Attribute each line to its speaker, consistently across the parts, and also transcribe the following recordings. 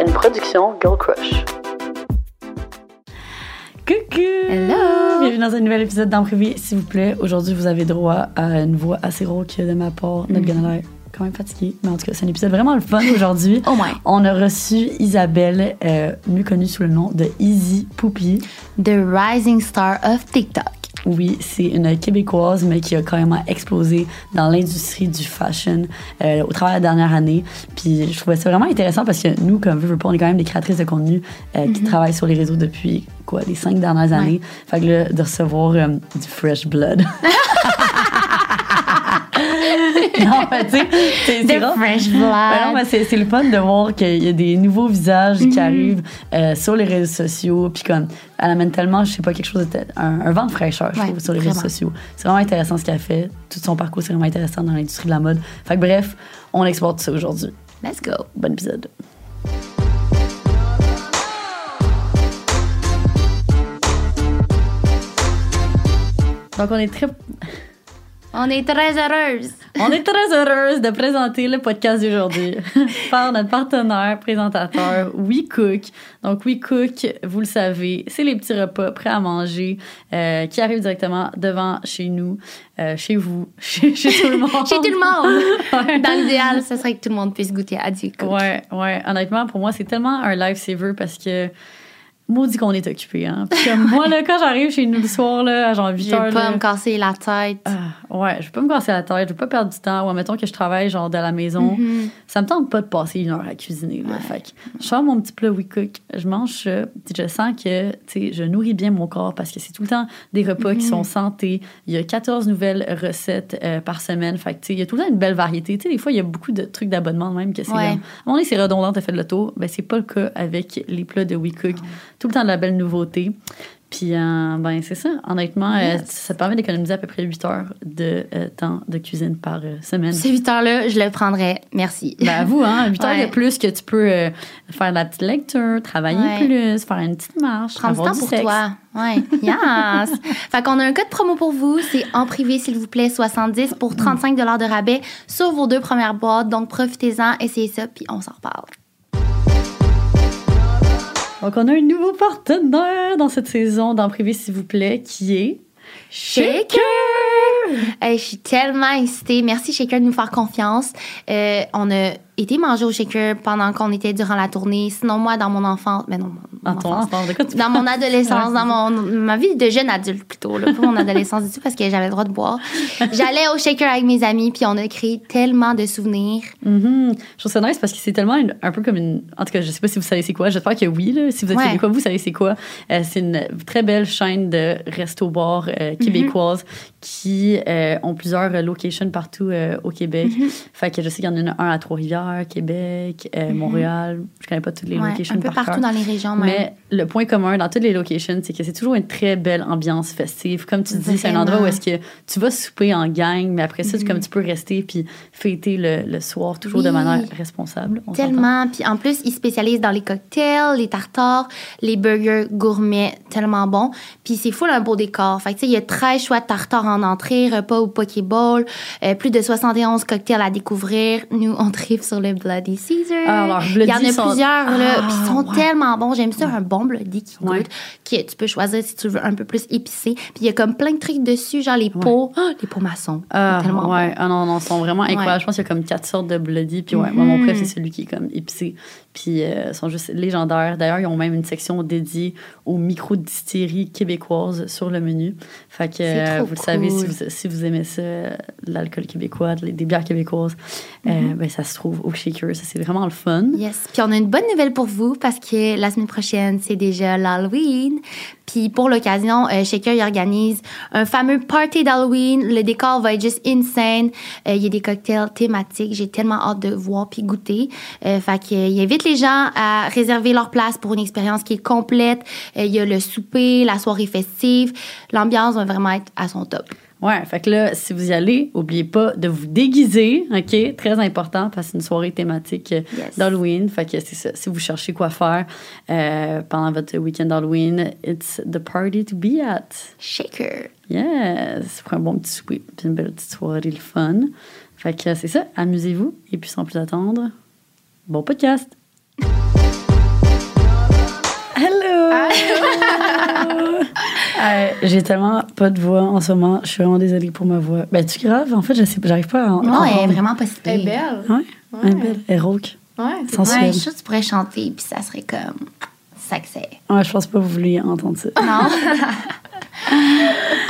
Speaker 1: une production Girl Crush.
Speaker 2: Coucou!
Speaker 3: Hello!
Speaker 2: Bienvenue dans un nouvel épisode d'Imprivé, s'il vous plaît. Aujourd'hui, vous avez droit à une voix assez rauque de ma part. Notre gars a l'air quand même fatigué. Mais en tout cas, c'est un épisode vraiment le fun aujourd'hui.
Speaker 3: Oh my.
Speaker 2: On a reçu Isabelle, euh, mieux connue sous le nom de Easy Poupie.
Speaker 3: The rising star of TikTok.
Speaker 2: Oui, c'est une Québécoise, mais qui a carrément explosé dans l'industrie du fashion euh, au travers de la dernière année. Puis je trouvais ça vraiment intéressant parce que nous, comme veut veut pas, on est quand même des créatrices de contenu euh, qui travaillent sur les réseaux depuis quoi, les cinq dernières années. Fait que là, de recevoir euh, du fresh blood. non, mais tu sais, c'est- c'est
Speaker 3: The
Speaker 2: rare.
Speaker 3: fresh
Speaker 2: Ben non, mais
Speaker 3: blood.
Speaker 2: c'est c'est le fun de voir qu'il y a des nouveaux visages
Speaker 3: Mhm.
Speaker 2: qui arrivent euh, sur les réseaux sociaux. Puis comme, elle amène tellement, je sais pas, quelque chose, de, tel- un, un vent de fraîcheur, je
Speaker 3: Ouais,
Speaker 2: trouve, sur les réseaux
Speaker 3: vraiment.
Speaker 2: sociaux. C'est vraiment intéressant ce qu'elle fait. Tout son parcours, c'est vraiment intéressant dans l'industrie de la mode. Fait que bref, on explore tout ça aujourd'hui.
Speaker 3: Let's go.
Speaker 2: Bon épisode. Donc, on est très
Speaker 3: On est très heureuse.
Speaker 2: on est très heureuse de présenter le podcast d'aujourd'hui par notre partenaire présentateur WeCook. Donc WeCook, vous le savez, c'est les petits repas prêts à manger euh, qui arrivent directement devant chez nous, euh, chez vous, chez, chez tout le monde.
Speaker 3: Chez tout le monde.
Speaker 2: Ouais.
Speaker 3: Dans l'idéal, ce serait que tout le monde puisse goûter à du cook.
Speaker 2: Ouais, ouais. Honnêtement, pour moi, c'est tellement un lifesaver parce que maudit qu'on est occupé. Hein. Puis comme moi, là, quand j'arrive chez nous le soir, là, à genre 8
Speaker 3: Je vais
Speaker 2: heures,
Speaker 3: pas
Speaker 2: là,
Speaker 3: me casser la tête.
Speaker 2: ah, ouais, je vais pas me casser la tête, je vais pas perdre du temps. Ou admettons que je travaille genre de la maison,
Speaker 3: Mhm.
Speaker 2: ça me tente pas de passer une heure à cuisiner. Là,
Speaker 3: Ouais.
Speaker 2: Fait que je sors mon petit plat WeCook, je mange ça, puis je sens que tu sais, je nourris bien mon corps parce que c'est tout le temps des repas
Speaker 3: Mm-hmm.
Speaker 2: qui sont santé. Il y a 14 nouvelles recettes euh, par semaine. Fait que tu sais, il y a tout le temps une belle variété. Tu sais, des fois, il y a beaucoup de trucs d'abonnement même que c'est comme,
Speaker 3: Ouais.
Speaker 2: à un moment donné, c'est redondant, t'as fait le tour. Ben, c'est pas le cas avec les plats de WeCook. Tout le temps de la belle nouveauté. Puis, euh, ben, c'est ça. Honnêtement, euh,
Speaker 3: Yes.
Speaker 2: ça te permet d'économiser à peu près 8 heures de euh, temps de cuisine par euh, semaine.
Speaker 3: Ces 8 heures-là, je le prendrais. Merci.
Speaker 2: Ben, avoue, hein, 8 heures
Speaker 3: Ouais.
Speaker 2: de plus que tu peux euh, faire de la petite lecture, travailler
Speaker 3: Ouais.
Speaker 2: plus, faire une petite marche,
Speaker 3: Prends du
Speaker 2: avoir
Speaker 3: temps
Speaker 2: du
Speaker 3: pour
Speaker 2: sexe.
Speaker 3: toi. Ouais. Yes. fait qu'on a un code promo pour vous. C'est en privé, s'il vous plaît, 70 pour 35 de rabais sur vos deux premières boîtes. Donc, profitez-en, essayez ça, puis on s'en reparle.
Speaker 2: Donc, on a un nouveau partenaire dans cette saison d'en privé, s'il vous plaît, qui est
Speaker 3: Shaker! Hey, je suis tellement excitée. Merci Shaker de nous faire confiance. Euh, on a été manger au Shaker pendant qu'on était durant la tournée. Sinon, moi, dans mon enfance, mais non, mon, mon
Speaker 2: En ton
Speaker 3: enfance.
Speaker 2: enfance, de quoi tu
Speaker 3: Dans mon adolescence,
Speaker 2: Ouais,
Speaker 3: dans mon, ma vie de jeune adulte plutôt, là, pas mon adolescence du tout, parce que j'avais le droit de boire. J'allais au shaker avec mes amis, puis on a créé tellement de souvenirs.
Speaker 2: Mhm. Je trouve ça nice parce que c'est tellement une- un peu comme une. En tout cas, je sais pas si vous savez c'est quoi. J'espère que oui. Là. Si vous êtes
Speaker 3: Ouais.
Speaker 2: québécois, vous savez c'est quoi. Euh, c'est une très belle chaîne de resto-bars euh,
Speaker 3: Mm-hmm.
Speaker 2: québécoises qui euh, ont plusieurs euh, locations partout euh, au Québec.
Speaker 3: Mm-hmm.
Speaker 2: Fait que je sais qu'il y en a une- un à Trois-Rivières, Québec, euh, Montréal. Je connais pas toutes les
Speaker 3: Ouais,
Speaker 2: locations
Speaker 3: un peu
Speaker 2: par cœur.
Speaker 3: partout dans les régions, même.
Speaker 2: Mais le point commun dans toutes les locations, c'est que c'est toujours une très belle ambiance festive. Comme tu dis, c'est un
Speaker 3: Vraiment.
Speaker 2: endroit où est-ce que tu vas souper en gang, mais après ça, tu- comme tu peux rester puis fêter le, le soir, toujours de
Speaker 3: Mm-hmm. Oui.
Speaker 2: manière responsable. on s'entend.
Speaker 3: Tellement. Puis en plus, ils spécialisent dans les cocktails, les tartares, les burgers gourmets, tellement bons. Puis c'est full un beau décor. Fait que tu sais, il y a 13 choix de tartares en entrée, repas ou pokéball, euh, plus de 71 cocktails à découvrir. Nous, on tripe sur le Bloody Caesar.
Speaker 2: Ah, alors,
Speaker 3: il y en a
Speaker 2: Bloody sont-
Speaker 3: plusieurs, là.
Speaker 2: Ah,
Speaker 3: puis ils sont
Speaker 2: ouais.
Speaker 3: tellement bons. J'aime ça, un bon Bloody qui
Speaker 2: Ouais.
Speaker 3: goûte, que tu peux choisir si tu le veux un peu plus épicé. Puis il y a comme plein de trucs dessus, genre les pots, Ah, les pots maçons.
Speaker 2: Ah,
Speaker 3: tellement bons.
Speaker 2: ouais. Ah non, non, ils sont vraiment incroyables.
Speaker 3: Ouais.
Speaker 2: Je pense qu'il y a comme quatre sortes de bloody. Puis ouais, moi, mon
Speaker 3: Mhm.
Speaker 2: préf, c'est celui qui est comme épicé. Puis euh, ils sont juste légendaires. D'ailleurs, ils ont même une section dédiée aux micro-distilleries québécoises sur le menu. Fait que
Speaker 3: C'est
Speaker 2: euh,
Speaker 3: trop
Speaker 2: vous le savez, si
Speaker 3: cool.
Speaker 2: vous, si vous aimez ça, euh, l'alcool québécois, les- des bières québécoises, euh,
Speaker 3: Mhm.
Speaker 2: ben, ça se trouve au shaker. Ça, c'est vraiment le fun.
Speaker 3: Yes. Puis on a une bonne nouvelle pour vous parce que la semaine prochaine, c'est déjà l'Halloween. Puis pour l'occasion, euh, Shaker il organise un fameux party d'Halloween. Le décor va être juste insane. Euh, il y a des cocktails thématiques. J'ai tellement hâte de voir puis goûter. Euh, fait que, euh, il invite les gens à réserver leur place pour une expérience qui est complète. Euh, il y a le souper, la soirée festive. L'ambiance va vraiment être à son top.
Speaker 2: Ouais, fait que là, si vous y allez, oubliez pas de vous déguiser, OK? Très important, parce que c'est une soirée thématique euh,
Speaker 3: Yes.
Speaker 2: d'Halloween. Fait que c'est ça. Si vous cherchez quoi faire euh, pendant votre week-end d'Halloween, it's the party to be at.
Speaker 3: Shaker.
Speaker 2: Yes! Pour un bon petit souper, puis une belle petite soirée, le fun. Fait que euh, c'est ça, amusez-vous. Et puis sans plus attendre, bon podcast! Hello! Euh, J'ai tellement pas de voix en ce moment. Je suis vraiment désolée pour ma voix. Ben, tu graves? En fait, je sais, j'arrive pas à. en-
Speaker 3: Non,
Speaker 2: à
Speaker 3: elle est
Speaker 2: rendre.
Speaker 3: vraiment pas si
Speaker 1: Elle est
Speaker 3: pire.
Speaker 1: belle.
Speaker 2: Ouais, elle est belle. Elle est rauque.
Speaker 1: Eh Ouais. c'est-
Speaker 2: Sensuelle.
Speaker 3: Ouais, je suis sûre que tu pourrais chanter, puis ça serait comme ça que c'est.
Speaker 2: Ouais, je pense pas que vous vouliez entendre ça.
Speaker 3: Non.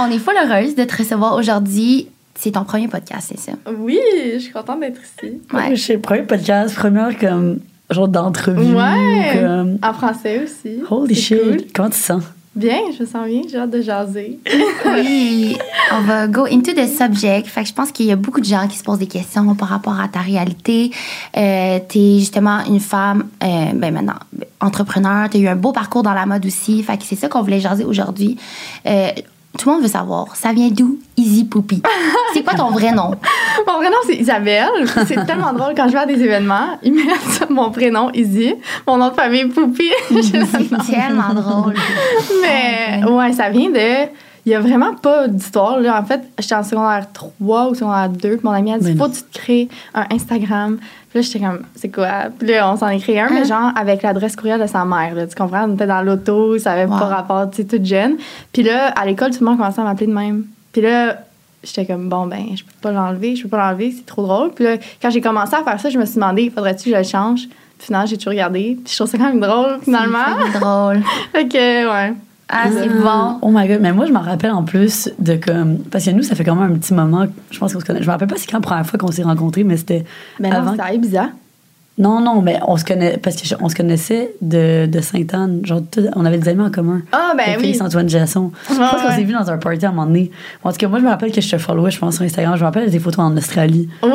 Speaker 3: On est full heureuse de te recevoir aujourd'hui. C'est ton premier podcast, c'est ça?
Speaker 1: Oui, je suis contente d'être ici.
Speaker 3: Ouais.
Speaker 2: Je sais, premier podcast, première comme, genre d'entrevue.
Speaker 1: Ouais.
Speaker 2: Comme,
Speaker 1: En français aussi.
Speaker 2: holy
Speaker 1: C'est
Speaker 2: shit,
Speaker 1: cool.
Speaker 2: comment tu te sens?
Speaker 1: Bien, je me sens bien, j'ai hâte de jaser.
Speaker 3: Oui. On va go into the subject. Fait que je pense qu'il y a beaucoup de gens qui se posent des questions par rapport à ta réalité. Euh, t'es justement une femme, euh, ben maintenant, entrepreneur. T'as eu un beau parcours dans la mode aussi. Fait que c'est ça qu'on voulait jaser aujourd'hui. Euh, tout le monde veut savoir, ça vient d'où Easy Poupie? C'est quoi ton vrai nom?
Speaker 1: Mon prénom, c'est Isabelle. C'est tellement drôle quand je vais à des événements. Ils me mettent mon prénom, Izzy. Mon nom de famille, Poupie. J'ai la
Speaker 3: C'est tellement drôle. Ah,
Speaker 1: Mais ouais, ça vient de. Il y a vraiment pas d'histoire. là. En fait, j'étais en secondaire 3 ou secondaire 2. Puis mon ami a
Speaker 2: Mais
Speaker 1: dit Faut
Speaker 2: non.
Speaker 1: que tu te crées un Instagram. Puis là, j'étais comme C'est quoi Puis là, on s'en est créé un,
Speaker 3: Hein?
Speaker 1: mais genre avec l'adresse courriel de sa mère. là. tu comprends On était dans l'auto, ça avait
Speaker 3: Wow.
Speaker 1: pas rapport, tu sais, toute jeune. Puis là, à l'école, tout le monde commençait à m'appeler de même. Puis là, j'étais comme Bon, ben, je peux pas l'enlever, je peux pas l'enlever, c'est trop drôle. Puis là, quand j'ai commencé à faire ça, je me suis demandé Faudrait-tu que je le change Puis finalement, j'ai toujours regardé. Puis je trouve ça quand même drôle, finalement.
Speaker 3: C'est drôle.
Speaker 1: Fait que, ouais.
Speaker 3: Ah, c'est
Speaker 1: Euh,
Speaker 3: bon.
Speaker 2: Oh my god, mais moi je m'en rappelle en plus de comme. Parce que nous, ça fait quand même un petit moment, je pense qu'on se connaît. Je me rappelle pas c'est quand la première fois qu'on s'est rencontrés, mais c'était.
Speaker 1: Mais
Speaker 2: avant-
Speaker 1: Ben non, ça est bizarre.
Speaker 2: Non, non, mais on se connaît. Parce qu'on se connaissait de, de Sainte-Anne. Genre, tout- on avait des amis en commun.
Speaker 1: Ah, ben
Speaker 2: Avec
Speaker 1: oui.
Speaker 2: Félix-Antoine Jasson. Je pense
Speaker 1: Ouais,
Speaker 2: qu'on
Speaker 1: ouais.
Speaker 2: s'est vu dans un party à un moment donné. En tout cas, moi je me rappelle que je te followais, je pense, sur Instagram. Je me rappelle des photos en Australie.
Speaker 1: Oui,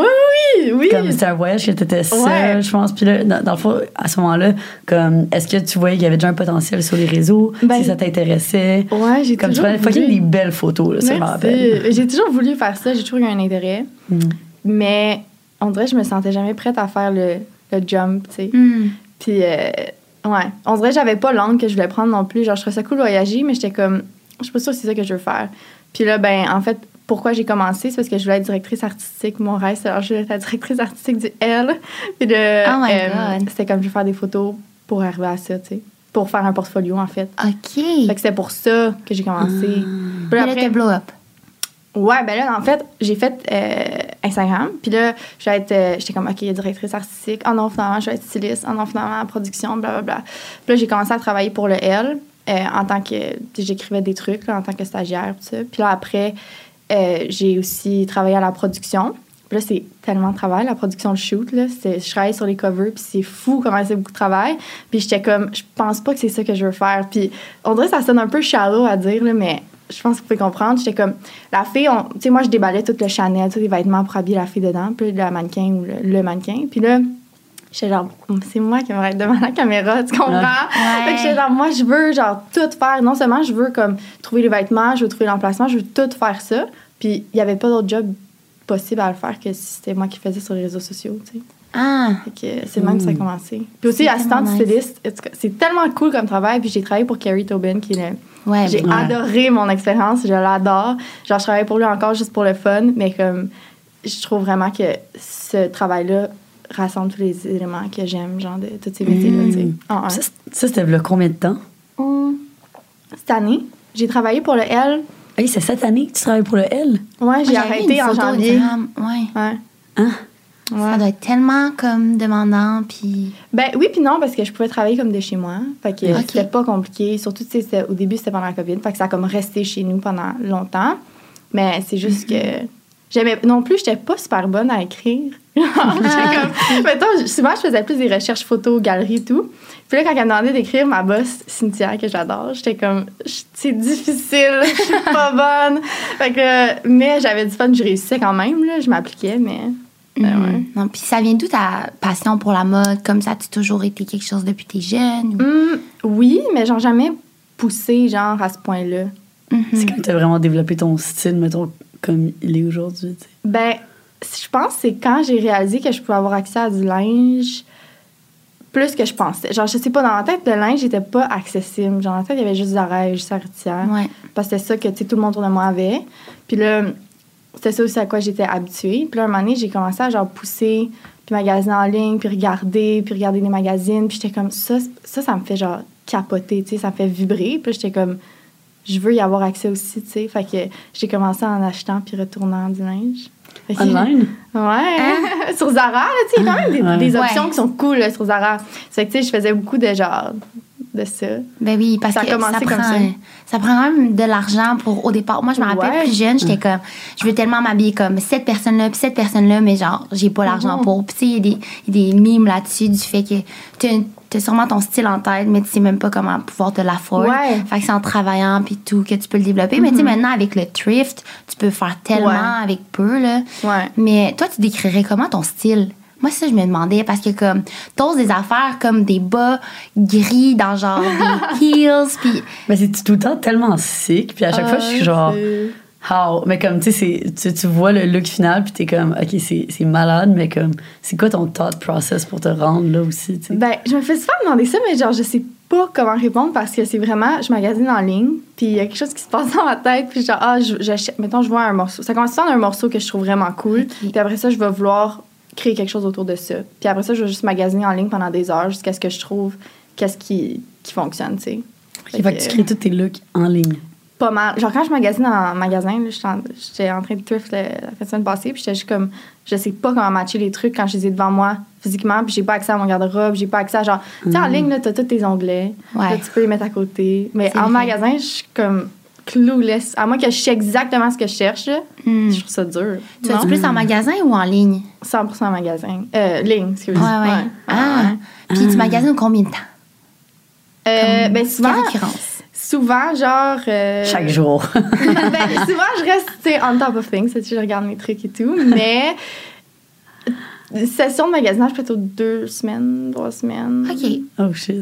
Speaker 1: oui, oui.
Speaker 2: Comme c'était un voyage que t'étais seule,
Speaker 1: Ouais.
Speaker 2: je pense. Puis là, dans, dans le fond, à ce moment-là, comme, est-ce que tu voyais qu'il y avait déjà un potentiel sur les réseaux?
Speaker 1: Ben,
Speaker 2: si ça t'intéressait?
Speaker 1: Ouais, j'ai
Speaker 2: Comme tu
Speaker 1: toujours
Speaker 2: prenais fucking des
Speaker 1: voulu.
Speaker 2: belles photos, là, ça je me rappelle.
Speaker 1: Merci. J'ai toujours voulu faire ça, j'ai toujours eu un intérêt.
Speaker 2: Mm.
Speaker 1: Mais on dirait que je me sentais jamais prête à faire le, le jump, tu sais.
Speaker 3: Hmm.
Speaker 1: Puis, euh, ouais. On dirait que j'avais pas l'angle que je voulais prendre non plus. Genre, je trouvais ça cool de voyager, mais j'étais comme, je suis pas sûre que c'est ça que je veux faire. Puis là, ben, en fait, pourquoi j'ai commencé, c'est parce que je voulais être directrice artistique. Mon rêve, c'est alors je voulais être la directrice artistique du L. Puis de. euh,
Speaker 3: Oh my God.
Speaker 1: C'était comme, je veux faire des photos pour arriver à ça, tu sais. Pour faire un portfolio, en fait.
Speaker 3: OK.
Speaker 1: Fait que c'était pour ça que j'ai commencé. Puis
Speaker 3: Hmm. Mais là,
Speaker 1: après-
Speaker 3: t'es blow up.
Speaker 1: ouais, ben là, en fait, j'ai fait euh, Instagram. Puis là, je vais être, euh, j'étais comme, OK, directrice artistique. Ah non, finalement, je vais être styliste. Ah non, finalement, production, blablabla. Puis là, j'ai commencé à travailler pour le L euh, en tant que. J'écrivais des trucs là, en tant que stagiaire. Puis, ça. puis là, après, euh, j'ai aussi travaillé à la production. Puis là, c'est tellement de travail, la production de shoot. Là. C'est- Je travaille sur les covers, puis c'est fou comment c'est beaucoup de travail. Puis j'étais comme, je pense pas que c'est ça que je veux faire. Puis on dirait que ça sonne un peu shallow à dire, là, mais je pense que vous pouvez comprendre. J'étais comme, la fille, on- tu sais, moi, je déballais tout le Chanel, tous les vêtements pour habiller la fille dedans, puis la mannequin ou le, le mannequin. Puis là, j'étais genre, c'est moi qui me être devant la caméra, tu comprends?
Speaker 3: Ah, Ouais.
Speaker 1: Fait que j'étais genre, moi, je veux, genre, tout faire. Non seulement je veux, comme, trouver les vêtements, je veux trouver l'emplacement, je veux tout faire ça. Puis il n'y avait pas d'autre job possible à le faire que si c'était moi qui faisais sur les réseaux sociaux, tu sais.
Speaker 3: Ah.
Speaker 1: Fait que c'est même que ça a commencé. Puis
Speaker 3: Hmm. C'est
Speaker 1: aussi, assistante
Speaker 3: tellement nice.
Speaker 1: styliste, en tout cas, c'est tellement cool comme travail. Puis j'ai travaillé pour Carrie Tobin, qui est le-
Speaker 3: Ouais,
Speaker 1: J'ai
Speaker 3: ben,
Speaker 1: adoré mon expérience, je l'adore. Genre, je travaille pour lui encore juste pour le fun, mais comme, je trouve vraiment que ce travail-là rassemble tous les éléments que j'aime, genre, de tous
Speaker 3: Mm.
Speaker 1: ces métiers-là, tu sais, Ah, en un.
Speaker 2: Ça, c'est- ça, c'était le combien de temps?
Speaker 1: Hum, Cette année, j'ai travaillé pour le L.
Speaker 2: Hey, c'est cette année que tu travailles pour le L?
Speaker 1: Ouais, j'ai
Speaker 3: Moi, Ah, j'avais vu
Speaker 1: arrêté
Speaker 3: une
Speaker 1: en
Speaker 3: photo
Speaker 1: janvier.
Speaker 3: Instagram. Ouais.
Speaker 1: Ouais.
Speaker 2: Hein?
Speaker 1: Ouais.
Speaker 3: Ça doit être tellement comme demandant, puis
Speaker 1: Ben oui, puis non, parce que je pouvais travailler comme de chez moi. Fait que
Speaker 3: Ok.
Speaker 1: c'était pas compliqué. Surtout, tu sais, c'était- au début, c'était pendant la COVID. Fait que ça a comme resté chez nous pendant longtemps. Mais c'est juste que. J'aimais. Non plus, j'étais pas super bonne à écrire. J'étais comme. Mettons, souvent, je faisais plus des recherches photos, galeries, tout. Puis là, quand elle me demandait d'écrire ma boss Cynthia, que j'adore, j'étais comme. Je- C'est difficile, je suis pas bonne. Fait que. euh, Mais j'avais du fun, je réussissais quand même, là. Je m'appliquais, mais. ben ouais.
Speaker 3: Mhm. non, puis ça vient d'où ta passion pour la mode Comme ça, tu toujours été quelque chose depuis que t'es jeune ou-
Speaker 1: Hmm, oui, mais genre jamais poussé genre à ce point-là.
Speaker 3: Mhm.
Speaker 2: C'est quand tu as vraiment développé ton style, mettons, comme il est aujourd'hui, tu sais.
Speaker 1: Ben, je pense que c'est quand j'ai réalisé que je pouvais avoir accès à du linge plus que je pensais. Genre, je sais pas, dans la tête, le linge n'était pas accessible. Genre, dans la tête, il y avait juste Zara et juste Arretière.
Speaker 3: Ouais.
Speaker 1: Parce que c'était ça que tu sais, tout le monde autour de moi avait. Puis là, c'était ça aussi à quoi j'étais habituée. Puis là, un moment donné, j'ai commencé à genre pousser, puis magasiner en ligne, puis regarder, puis regarder des magazines. Puis j'étais comme ça, ça, ça me fait genre capoter, tu sais, ça fait vibrer. Puis là, j'étais comme, je veux y avoir accès aussi, tu sais. Fait que j'ai commencé en achetant puis retournant du linge. Fait que-
Speaker 2: Online?
Speaker 1: Ouais, sur Zara, là, tu sais, il y a quand même des,
Speaker 2: Ouais.
Speaker 1: des options
Speaker 3: Ouais.
Speaker 1: qui sont cool là, sur Zara. C'est que, tu sais, je faisais beaucoup de genre, de ça.
Speaker 3: Ben oui, parce
Speaker 1: Ça a
Speaker 3: que
Speaker 1: commencé
Speaker 3: ça prend,
Speaker 1: comme ça.
Speaker 3: euh, ça prend quand même de l'argent pour au départ. Moi, je me rappelle
Speaker 1: Ouais.
Speaker 3: plus jeune, j'étais comme, je veux tellement m'habiller comme cette personne-là, puis cette personne-là, mais genre, j'ai pas l'argent
Speaker 1: Mhm.
Speaker 3: pour. Puis tu sais, il y, a des- il y a des mimes là-dessus du fait que t'as une- t'as sûrement ton style en tête, mais tu sais même pas comment pouvoir te l'afforder.
Speaker 1: Ouais. Mhm.
Speaker 3: Fait que c'est en travaillant puis tout que tu peux le développer. Mais tu sais, maintenant avec le thrift, tu peux faire tellement
Speaker 1: Ouais.
Speaker 3: avec peu là.
Speaker 1: Ouais.
Speaker 3: Mais toi, tu décrirais comment ton style? Moi, ça, je me demandais parce que, comme, t'oses des affaires comme des bas gris dans genre des heels, puis.
Speaker 2: Mais c'est tout le temps tellement sick. Puis à chaque fois, je suis genre,
Speaker 1: c'est-
Speaker 2: how? Mais comme, tu sais, c'est- tu, tu vois le look final, puis t'es comme, OK, c'est c'est malade, mais comme, c'est quoi ton thought process pour te rendre là aussi, tu sais?
Speaker 1: Ben, je me fais souvent demander ça, mais genre, je sais pas comment répondre parce que c'est vraiment, je magasine en ligne, puis il y a quelque chose qui se passe dans ma tête, puis genre, ah, je- j'achète, mettons, je vois un morceau. Ça commence souvent d'un morceau que je trouve vraiment cool, puis après ça, je vais vouloir créer quelque chose autour de ça. Puis après ça, je vais juste magasiner en ligne pendant des heures jusqu'à ce que je trouve qu'est-ce qui, qui fonctionne, tu sais.
Speaker 2: Ok, fait que
Speaker 1: euh,
Speaker 2: tu crées tous tes looks en ligne.
Speaker 1: pas mal. Genre, quand je magasine en magasin, là, j'étais en- j'étais en train de thrift le- la fin de semaine passée, puis j'étais juste comme, je sais pas comment matcher les trucs quand je les ai devant moi physiquement, puis j'ai pas accès à mon garde-robe, j'ai pas accès à genre. Tu sais, en ligne, là, t'as tous tes onglets,
Speaker 3: Ouais.
Speaker 1: là, tu peux les mettre à côté. Mais
Speaker 3: C'est
Speaker 1: en
Speaker 3: vrai.
Speaker 1: magasin, je suis comme clueless. À moins que je sais exactement ce que je cherche, là,
Speaker 3: Hmm.
Speaker 1: je trouve ça dur.
Speaker 3: Tu vas
Speaker 1: Non?
Speaker 3: plus en magasin ou en ligne?
Speaker 1: 100% magasin. Euh, ligne, excusez
Speaker 3: Ouais, ouais. Ah! Puis tu magasines combien de temps?
Speaker 1: Euh,
Speaker 3: Comme-
Speaker 1: ben, souvent,
Speaker 3: quelle récurrence?
Speaker 1: souvent, genre. euh,
Speaker 2: Chaque jour.
Speaker 1: ben, souvent, je reste tu sais, on top of things. tu sais, Je regarde mes trucs et tout. Mais session de magasinage, plutôt deux semaines, trois semaines.
Speaker 3: OK.
Speaker 2: oh shit.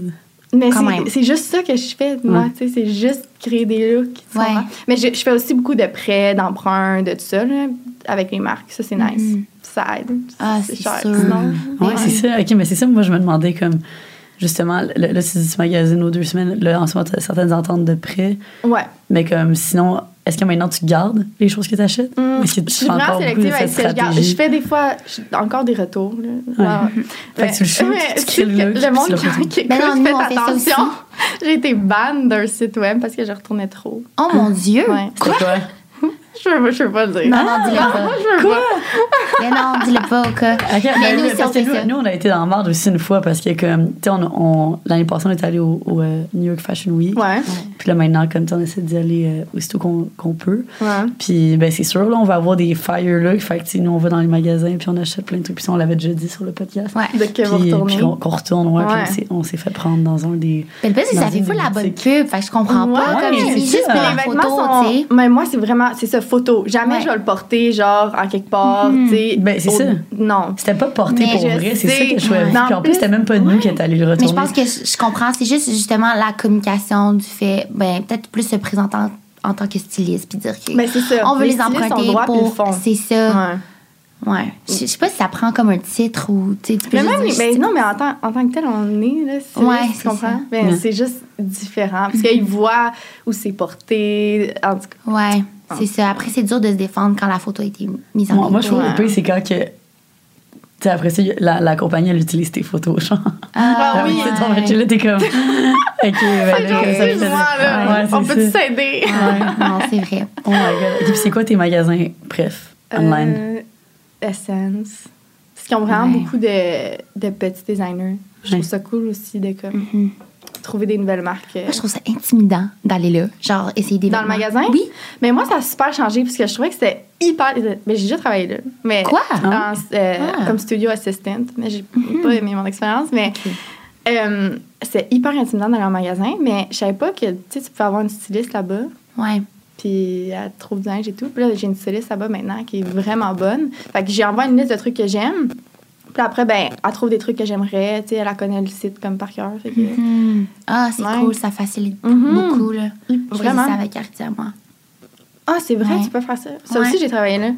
Speaker 1: Mais
Speaker 3: Quand
Speaker 1: c'est-
Speaker 3: même.
Speaker 1: c'est juste ça que je fais, moi.
Speaker 2: Ouais.
Speaker 1: tu sais, C'est juste créer des looks. tu
Speaker 3: Ouais.
Speaker 1: comprends? Mais je, je fais aussi beaucoup de prêts, d'emprunts, de tout ça, là, avec les marques. Ça, c'est nice.
Speaker 3: Mhm.
Speaker 1: Ça aide.
Speaker 3: Ah, c'est sûr.
Speaker 1: sinon.
Speaker 2: Ouais,
Speaker 1: Mais-
Speaker 2: c'est ça. OK, mais c'est ça. Moi, je me demandais comme, justement, le- là, tu dis tu magasines aux deux semaines. Là, en ce moment, tu as certaines ententes de prêt.
Speaker 1: Ouais.
Speaker 2: Mais comme, sinon, est-ce que maintenant, tu gardes les choses que tu achètes?
Speaker 1: Mm,
Speaker 2: Est-ce que
Speaker 1: je
Speaker 2: tu
Speaker 1: suis
Speaker 2: fais
Speaker 1: vraiment
Speaker 2: encore beaucoup de
Speaker 1: sélective
Speaker 2: cette
Speaker 1: avec ce que je garde.
Speaker 2: stratégie?
Speaker 1: Je fais des fois je- encore des retours. Là. Genre,
Speaker 2: Fait que tu le shoots,
Speaker 1: mais
Speaker 2: tu
Speaker 1: tu
Speaker 2: crées
Speaker 1: sais
Speaker 2: le
Speaker 1: que
Speaker 2: look,
Speaker 1: le monde
Speaker 2: puis tu le
Speaker 1: qui- qui
Speaker 3: Ben non,
Speaker 1: écoute,
Speaker 3: nous,
Speaker 1: faites
Speaker 3: on fait ça
Speaker 1: attention.
Speaker 3: aussi.
Speaker 1: J'ai été ban d'un site web parce que je retournais trop.
Speaker 3: Oh mon Dieu!
Speaker 1: Ouais.
Speaker 2: Quoi?
Speaker 1: Je veux, je veux pas le dire.
Speaker 3: Non, non, dis-le pas.
Speaker 1: je veux pas.
Speaker 3: Mais non, dis-le pas au cas.
Speaker 2: Ok,
Speaker 3: Mais
Speaker 2: ben,
Speaker 3: nous aussi, on
Speaker 2: parce que
Speaker 3: fait
Speaker 2: nous,
Speaker 3: ça.
Speaker 2: nous, on a été dans la marde aussi une fois parce que, comme, tu sais, on, on- l'année passée, on est allé au, au, euh, New York Fashion Week.
Speaker 1: Ouais.
Speaker 2: Puis là, maintenant, comme ça, on essaie d'y aller euh, aussitôt qu'on qu'on peut.
Speaker 1: Ouais.
Speaker 2: Puis, ben, c'est sûr, là, on va avoir des fire looks. Fait que, tu sais, nous, on va dans les magasins, puis on achète plein de trucs. Puis, ça, on l'avait déjà dit sur le podcast.
Speaker 3: Ouais.
Speaker 1: De que
Speaker 2: Puis,
Speaker 1: vous retournez.
Speaker 2: puis qu'on qu'on retourne, ouais, puis
Speaker 1: Ouais.
Speaker 2: on s'est- on s'est fait prendre dans un des.
Speaker 3: Mais le plus, c'est que
Speaker 2: dans
Speaker 3: ça fait
Speaker 2: une
Speaker 3: fou
Speaker 2: des
Speaker 3: la bonne
Speaker 2: boutiques.
Speaker 3: pub. Fait que je comprends pas.
Speaker 1: Ouais,
Speaker 3: Comme
Speaker 2: c'est
Speaker 3: j'ai juste
Speaker 2: ça.
Speaker 3: pour la
Speaker 1: les vêtements
Speaker 3: photo,
Speaker 1: sont-
Speaker 3: tu sais.
Speaker 1: Mais moi, c'est vraiment... C'est ça, photo. Jamais
Speaker 3: Ouais. Hmm.
Speaker 1: je vais le porter, genre, en quelque part, tu sais.
Speaker 2: Ben, c'est
Speaker 1: au-
Speaker 2: ça.
Speaker 1: Non.
Speaker 2: C'était pas porté
Speaker 3: Mais
Speaker 2: pour
Speaker 1: je
Speaker 2: vrai, c'est ça
Speaker 1: sais.
Speaker 2: que je
Speaker 1: Ouais.
Speaker 2: trouvais. Puis
Speaker 1: Mais en
Speaker 2: en
Speaker 1: plus-
Speaker 2: plus, c'était même pas nous qui est allé le
Speaker 3: Mais je
Speaker 2: retourner.
Speaker 3: pense que je, je comprends. C'est juste justement la communication du fait, ben, peut-être plus se présenter en, en tant que styliste puis dire que
Speaker 1: Ben, c'est ça.
Speaker 3: on veut les,
Speaker 1: stylistes ont le
Speaker 3: emprunter
Speaker 1: droit, puis ils le
Speaker 3: pour.
Speaker 1: font.
Speaker 3: C'est ça.
Speaker 1: Ouais.
Speaker 3: Ouais. Je, je sais pas si ça prend comme un titre ou tu sais, tu peux
Speaker 1: Mais
Speaker 3: juste
Speaker 1: même,
Speaker 3: dire,
Speaker 1: ben,
Speaker 3: je-
Speaker 1: non, mais en tant, en tant que tel, on est, là, c'est
Speaker 3: Ouais, Mm-hmm.
Speaker 1: tu
Speaker 3: c'est ça.
Speaker 1: comprends? Ben,
Speaker 2: Ouais.
Speaker 1: C'est juste différent, parce qu'ils voient où c'est porté, en tout cas.
Speaker 3: Ouais.
Speaker 1: Ah.
Speaker 3: C'est ça. Après, c'est dur de se défendre quand la photo a été mise en
Speaker 2: Moi, moi,
Speaker 3: ligne.
Speaker 2: je trouve que
Speaker 1: Ouais.
Speaker 2: le pire, c'est quand que. Tu sais, après ça, la, la compagnie, elle utilise tes photos, genre.
Speaker 1: Ah oui.
Speaker 2: c'est
Speaker 1: ouais.
Speaker 2: ton tu là, t'es comme. ok, ben là,
Speaker 1: Genre,
Speaker 2: comme ça, je
Speaker 1: excuse-moi,
Speaker 2: faisais-
Speaker 1: là,
Speaker 2: Ouais,
Speaker 1: on
Speaker 2: c'est
Speaker 1: peut-tu
Speaker 2: ça.
Speaker 1: s'aider?
Speaker 3: Ouais, non, c'est vrai.
Speaker 2: Oh my god. Et puis, c'est quoi tes magasins, bref, online?
Speaker 1: Euh, Essence. Parce qu'ils ont vraiment
Speaker 3: Ouais.
Speaker 1: beaucoup de, de petits designers. Je trouve
Speaker 2: Ouais.
Speaker 1: ça cool aussi de comme,
Speaker 3: Mhm.
Speaker 1: trouver des nouvelles marques. euh,
Speaker 3: Moi, je trouve ça intimidant d'aller là. Genre, essayer des
Speaker 1: Dans le
Speaker 3: vêtements.
Speaker 1: magasin?
Speaker 3: Oui.
Speaker 1: Mais moi, ça a super changé parce que je trouvais que c'était hyper. Mais j'ai déjà travaillé là. Mais
Speaker 3: Quoi?
Speaker 1: en- euh,
Speaker 3: Ah. Mhm.
Speaker 1: Comme studio assistant. Mais j'ai pas aimé mon expérience. Mais euh, c'était hyper intimidant dans leur magasin. Mais je savais pas que tu sais, tu pouvais avoir une styliste là-bas.
Speaker 3: Ouais.
Speaker 1: Puis elle trouve du linge et tout. Puis là, j'ai une styliste là-bas maintenant qui est vraiment bonne. Fait que j'ai envoyé une liste de trucs que j'aime. Puis après, ben, elle trouve des trucs que j'aimerais. Tu sais, elle la connaît le site comme par cœur. Fait que-
Speaker 3: Hmm. Ah, c'est
Speaker 1: Ouais.
Speaker 3: cool, ça facilite
Speaker 1: Mhm.
Speaker 3: beaucoup. Là. Je faisais
Speaker 1: Vraiment.
Speaker 3: ça avec Artie à moi.
Speaker 1: Ah, c'est vrai,
Speaker 3: Ouais.
Speaker 1: tu peux faire ça. Ça
Speaker 3: Ouais.
Speaker 1: aussi, j'ai travaillé là.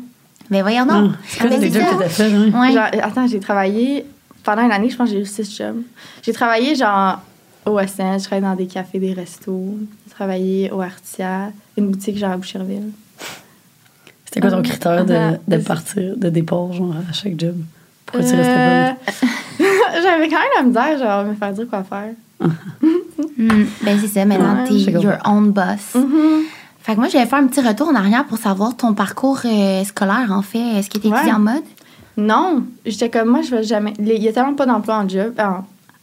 Speaker 3: Mais voyons donc.
Speaker 2: Ah, C'est quoi
Speaker 3: Ben,
Speaker 2: les
Speaker 3: c'est
Speaker 2: deux
Speaker 3: ça.
Speaker 2: que t'as fait, genre?
Speaker 3: Ouais.
Speaker 1: Genre, euh, attends, j'ai travaillé pendant une année, je pense que j'ai eu six jobs. J'ai travaillé genre au SN, je travaillais dans des cafés, des restos. J'ai travaillé au Artia, une boutique genre à Boucherville.
Speaker 2: C'était quoi ton critère de, de
Speaker 1: Euh,
Speaker 2: partir, de départ, genre, à chaque job? Pourquoi tu restais
Speaker 1: ben, Euh, J'avais quand même la misère, genre, me faire dire quoi faire.
Speaker 3: Mm, ben, c'est ça, maintenant,
Speaker 1: Ouais,
Speaker 3: t'es
Speaker 2: je comprends.
Speaker 3: your own boss.
Speaker 2: Mm-hmm.
Speaker 1: Mhm.
Speaker 3: Fait que moi, je vais faire un petit retour en arrière pour savoir ton parcours euh, scolaire, en fait. Est-ce que t'es
Speaker 1: Ouais.
Speaker 3: étudiant en mode?
Speaker 1: Non, j'étais comme moi, je vais jamais. Il y a tellement pas d'emploi en job, en,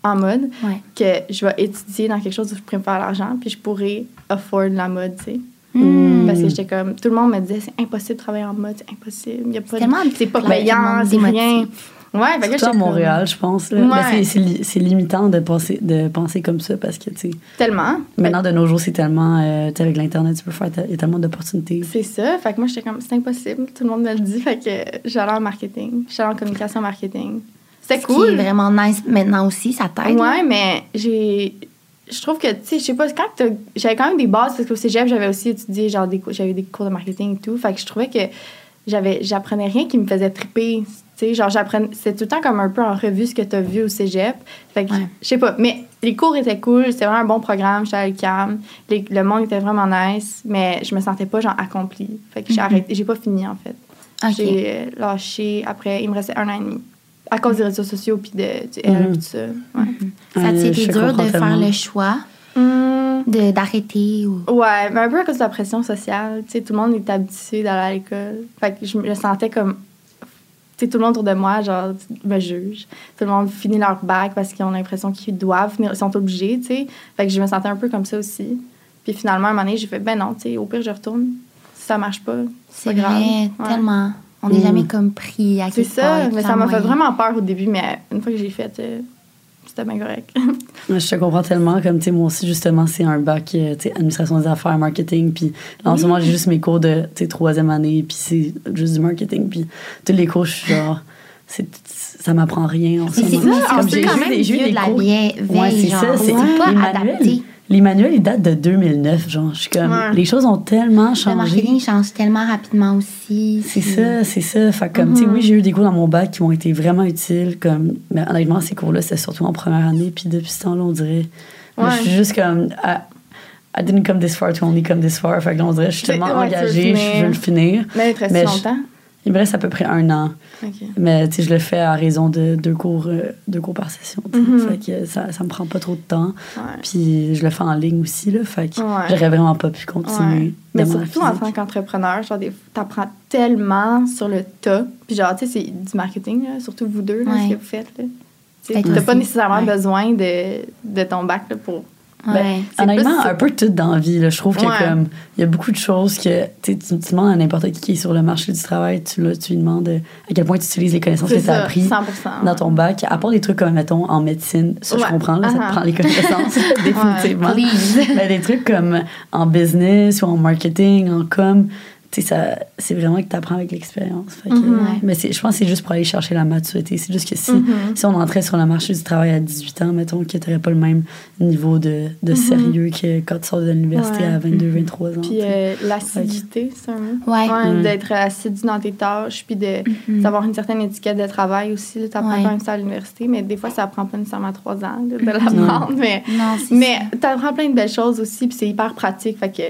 Speaker 1: en mode,
Speaker 3: Ouais.
Speaker 1: que je vais étudier dans quelque chose où je pourrais me faire l'argent, puis je pourrais afford la mode, tu sais.
Speaker 3: Mm.
Speaker 1: Parce que j'étais comme. Tout le monde me disait, c'est impossible de travailler en mode, c'est impossible. Il y a pas
Speaker 3: C'est
Speaker 1: de-
Speaker 3: tellement
Speaker 1: C'est pas
Speaker 3: plat, tout le
Speaker 1: payant,
Speaker 3: monde
Speaker 1: c'est
Speaker 3: démotive.
Speaker 1: rien. Ouais, fait que là,
Speaker 2: Surtout à
Speaker 1: j'étais
Speaker 2: Montréal, je pense. là.
Speaker 1: Ouais.
Speaker 2: Ben, c'est- c'est li- c'est limitant de penser, de penser comme ça parce que, tu sais,
Speaker 1: comme, Tellement.
Speaker 2: maintenant, de nos jours, c'est tellement. euh, tu sais, avec l'Internet, tu peux faire. Il y a tellement d'opportunités.
Speaker 1: C'est ça. Fait que moi, j'étais comme, c'est impossible. Tout le monde me le dit. Fait que j'allais en marketing. J'allais en communication marketing. C'était
Speaker 3: Ce qui est
Speaker 1: cool.
Speaker 3: vraiment nice maintenant aussi, ça t'aide. hein? là.
Speaker 1: Ouais, mais j'ai. Je trouve que, tu sais, je sais pas, quand t'as- j'avais quand même des bases, parce qu'au cégep, j'avais aussi étudié, genre, des cours- j'avais des cours de marketing et tout. Fait que je trouvais que j'avais j'apprenais rien qui me faisait triper. Tu sais, genre, j'apprenais. C'est tout le temps comme un peu en revue ce que t'as vu au cégep. Fait que,
Speaker 3: Ouais.
Speaker 1: je sais pas. Mais les cours étaient cool, c'était vraiment un bon programme, j'étais à l'UQAM. Les- Le monde était vraiment nice, mais je me sentais pas, genre, accomplie. Fait que j'ai
Speaker 3: Mhm.
Speaker 1: arrêté, j'ai pas fini, en fait.
Speaker 3: Ok.
Speaker 1: J'ai euh, lâché après, il me restait un an et demi. À cause des réseaux sociaux, puis de, du
Speaker 3: Mm-hmm.
Speaker 1: L,
Speaker 2: Mhm.
Speaker 1: puis tout ça. Ouais.
Speaker 3: Ça
Speaker 2: Ouais,
Speaker 3: a été
Speaker 2: Euh, je te
Speaker 3: dur de
Speaker 2: comprends
Speaker 3: faire
Speaker 2: tellement.
Speaker 3: le choix
Speaker 1: Hmm,
Speaker 3: de- d'arrêter ou.
Speaker 1: Ouais, mais un peu à cause de la pression sociale. Tu sais, tout le monde est habitué d'aller à l'école. Fait que je me sentais comme. Tu sais, tout le monde autour de moi, genre, me juge. Tout le monde finit leur bac parce qu'ils ont l'impression qu'ils doivent finir, ils sont obligés, tu sais. Fait que je me sentais un peu comme ça aussi. Puis finalement, à un moment donné, j'ai fait, ben non, tu sais, au pire, je retourne. Si ça marche pas,
Speaker 3: C'est
Speaker 1: pas grave.
Speaker 3: vrai,
Speaker 1: Ouais.
Speaker 3: tellement. On n'est
Speaker 2: Mm.
Speaker 3: jamais comme pris à
Speaker 1: c'est
Speaker 3: quelque part,
Speaker 1: ça.
Speaker 3: tout à
Speaker 1: Mais ça m'a fait
Speaker 3: moyen.
Speaker 1: vraiment peur au début, mais une fois que j'ai fait, euh, c'était bien correct.
Speaker 2: Ouais, Je te comprends tellement. Comme, tu sais, moi aussi, justement, c'est un bac, euh, tu sais, administration des affaires, marketing. Puis, là, en
Speaker 3: Mm.
Speaker 2: ce moment, j'ai juste mes cours de, tu sais, troisième année. Puis, c'est juste du marketing. Puis, tous les cours, je suis genre, c'est, ça m'apprend rien en ce
Speaker 3: Mais c'est
Speaker 2: moment.
Speaker 3: mais c'est
Speaker 1: comme
Speaker 3: aussi
Speaker 1: j'ai
Speaker 3: quand
Speaker 1: eu
Speaker 3: même
Speaker 2: des- eu
Speaker 3: vieux
Speaker 2: des
Speaker 3: de la
Speaker 2: cours-
Speaker 3: vieille
Speaker 2: Ouais,
Speaker 3: veille,
Speaker 2: c'est
Speaker 3: genre.
Speaker 2: ça. C'est
Speaker 3: C'est pas
Speaker 2: les
Speaker 3: adapté.
Speaker 2: manuels. Les manuels, ils datent de 2009. Genre, je suis comme,
Speaker 1: Ouais.
Speaker 2: les choses ont tellement
Speaker 3: Le
Speaker 2: changé.
Speaker 3: marketing change tellement rapidement aussi.
Speaker 2: C'est
Speaker 3: puis-
Speaker 1: Mm.
Speaker 2: ça, c'est ça. Fait que comme, tu sais, oui, j'ai eu des cours dans mon bac qui m'ont été vraiment utiles. Comme, mais honnêtement, ces cours-là, c'était surtout en première année. Puis depuis ce temps-là, on dirait.
Speaker 1: Ouais.
Speaker 2: Je suis juste comme. I, I didn't come this far to only come this far. Fait que là, on dirait, je suis
Speaker 1: C'est-
Speaker 2: tellement
Speaker 1: ouais, tu veux
Speaker 2: engagée, je
Speaker 1: finir.
Speaker 2: veux le finir.
Speaker 1: Mais il te reste
Speaker 2: Mais je-
Speaker 1: longtemps.
Speaker 2: Il me reste à peu près un an.
Speaker 1: Ok.
Speaker 2: Mais, tu sais, je le fais à raison de deux cours, euh, deux cours par session. tu sais.
Speaker 1: Mhm.
Speaker 2: Fait que ça, ça me prend pas trop de temps.
Speaker 1: Ouais.
Speaker 2: Puis je le fais en ligne aussi, là. Fait que
Speaker 1: Ouais.
Speaker 2: j'aurais vraiment pas pu continuer.
Speaker 1: Ouais. Mais
Speaker 2: dans mon
Speaker 1: surtout en
Speaker 2: physique.
Speaker 1: tant qu'entrepreneur, genre, des- t'apprends tellement sur le tas. Puis genre, tu sais, c'est du marketing, là, surtout vous deux, là,
Speaker 3: Ouais.
Speaker 1: ce que vous faites. là. Tu sais,
Speaker 3: Fait que
Speaker 1: T'as
Speaker 3: aussi,
Speaker 1: pas nécessairement
Speaker 3: ouais.
Speaker 1: besoin de, de ton bac là, pour.
Speaker 3: Ouais.
Speaker 2: Ben,
Speaker 1: C'est
Speaker 2: honnêtement,
Speaker 1: plus-
Speaker 2: un peu tout dans la vie. là. Je trouve que
Speaker 1: Ouais.
Speaker 2: comme il y a beaucoup de choses que tu sais, tu tu demandes à n'importe qui qui est sur le marché du travail, tu, le- tu lui demandes euh, à quel point tu utilises les connaissances que
Speaker 1: C'est
Speaker 2: tu as
Speaker 1: ça,
Speaker 2: apprises
Speaker 1: 100
Speaker 2: dans ton bac, à part des trucs comme, mettons, en médecine, ça
Speaker 1: Ouais.
Speaker 2: je comprends, là, ça
Speaker 1: Uh-huh.
Speaker 2: te prend les connaissances, définitivement.
Speaker 3: Please.
Speaker 2: Mais des trucs comme en business ou en marketing, en com, tu sais, ça- c'est vraiment que tu apprends avec l'expérience. Fait que,
Speaker 1: Mhm.
Speaker 2: ouais. Mais c'est- je pense que c'est juste pour aller chercher la maturité. C'est juste que si,
Speaker 1: Mhm.
Speaker 2: si on entrait sur le marché du travail à 18 ans, mettons que tu n'aurais pas le même niveau de, de sérieux que quand tu sors de l'université
Speaker 1: Mm-hmm. Ouais. Mm-hmm.
Speaker 2: à 22, 23 ans. tu
Speaker 1: Puis
Speaker 2: sais.
Speaker 1: euh, l'assiduité, c'est un mot.
Speaker 3: Ouais.
Speaker 2: Mm.
Speaker 1: D'être assidu dans tes tâches, puis de-
Speaker 3: Mhm.
Speaker 1: d'avoir une certaine étiquette de travail aussi. là. T'apprends
Speaker 3: Ouais. Mm-hmm.
Speaker 1: quand même ça à l'université, mais des fois, ça prend pas nécessairement trois ans là, de l'apprendre. Mais
Speaker 3: Non, c'est
Speaker 1: Mais
Speaker 3: ça.
Speaker 1: tu apprends plein de belles choses aussi, puis c'est hyper pratique. Fait que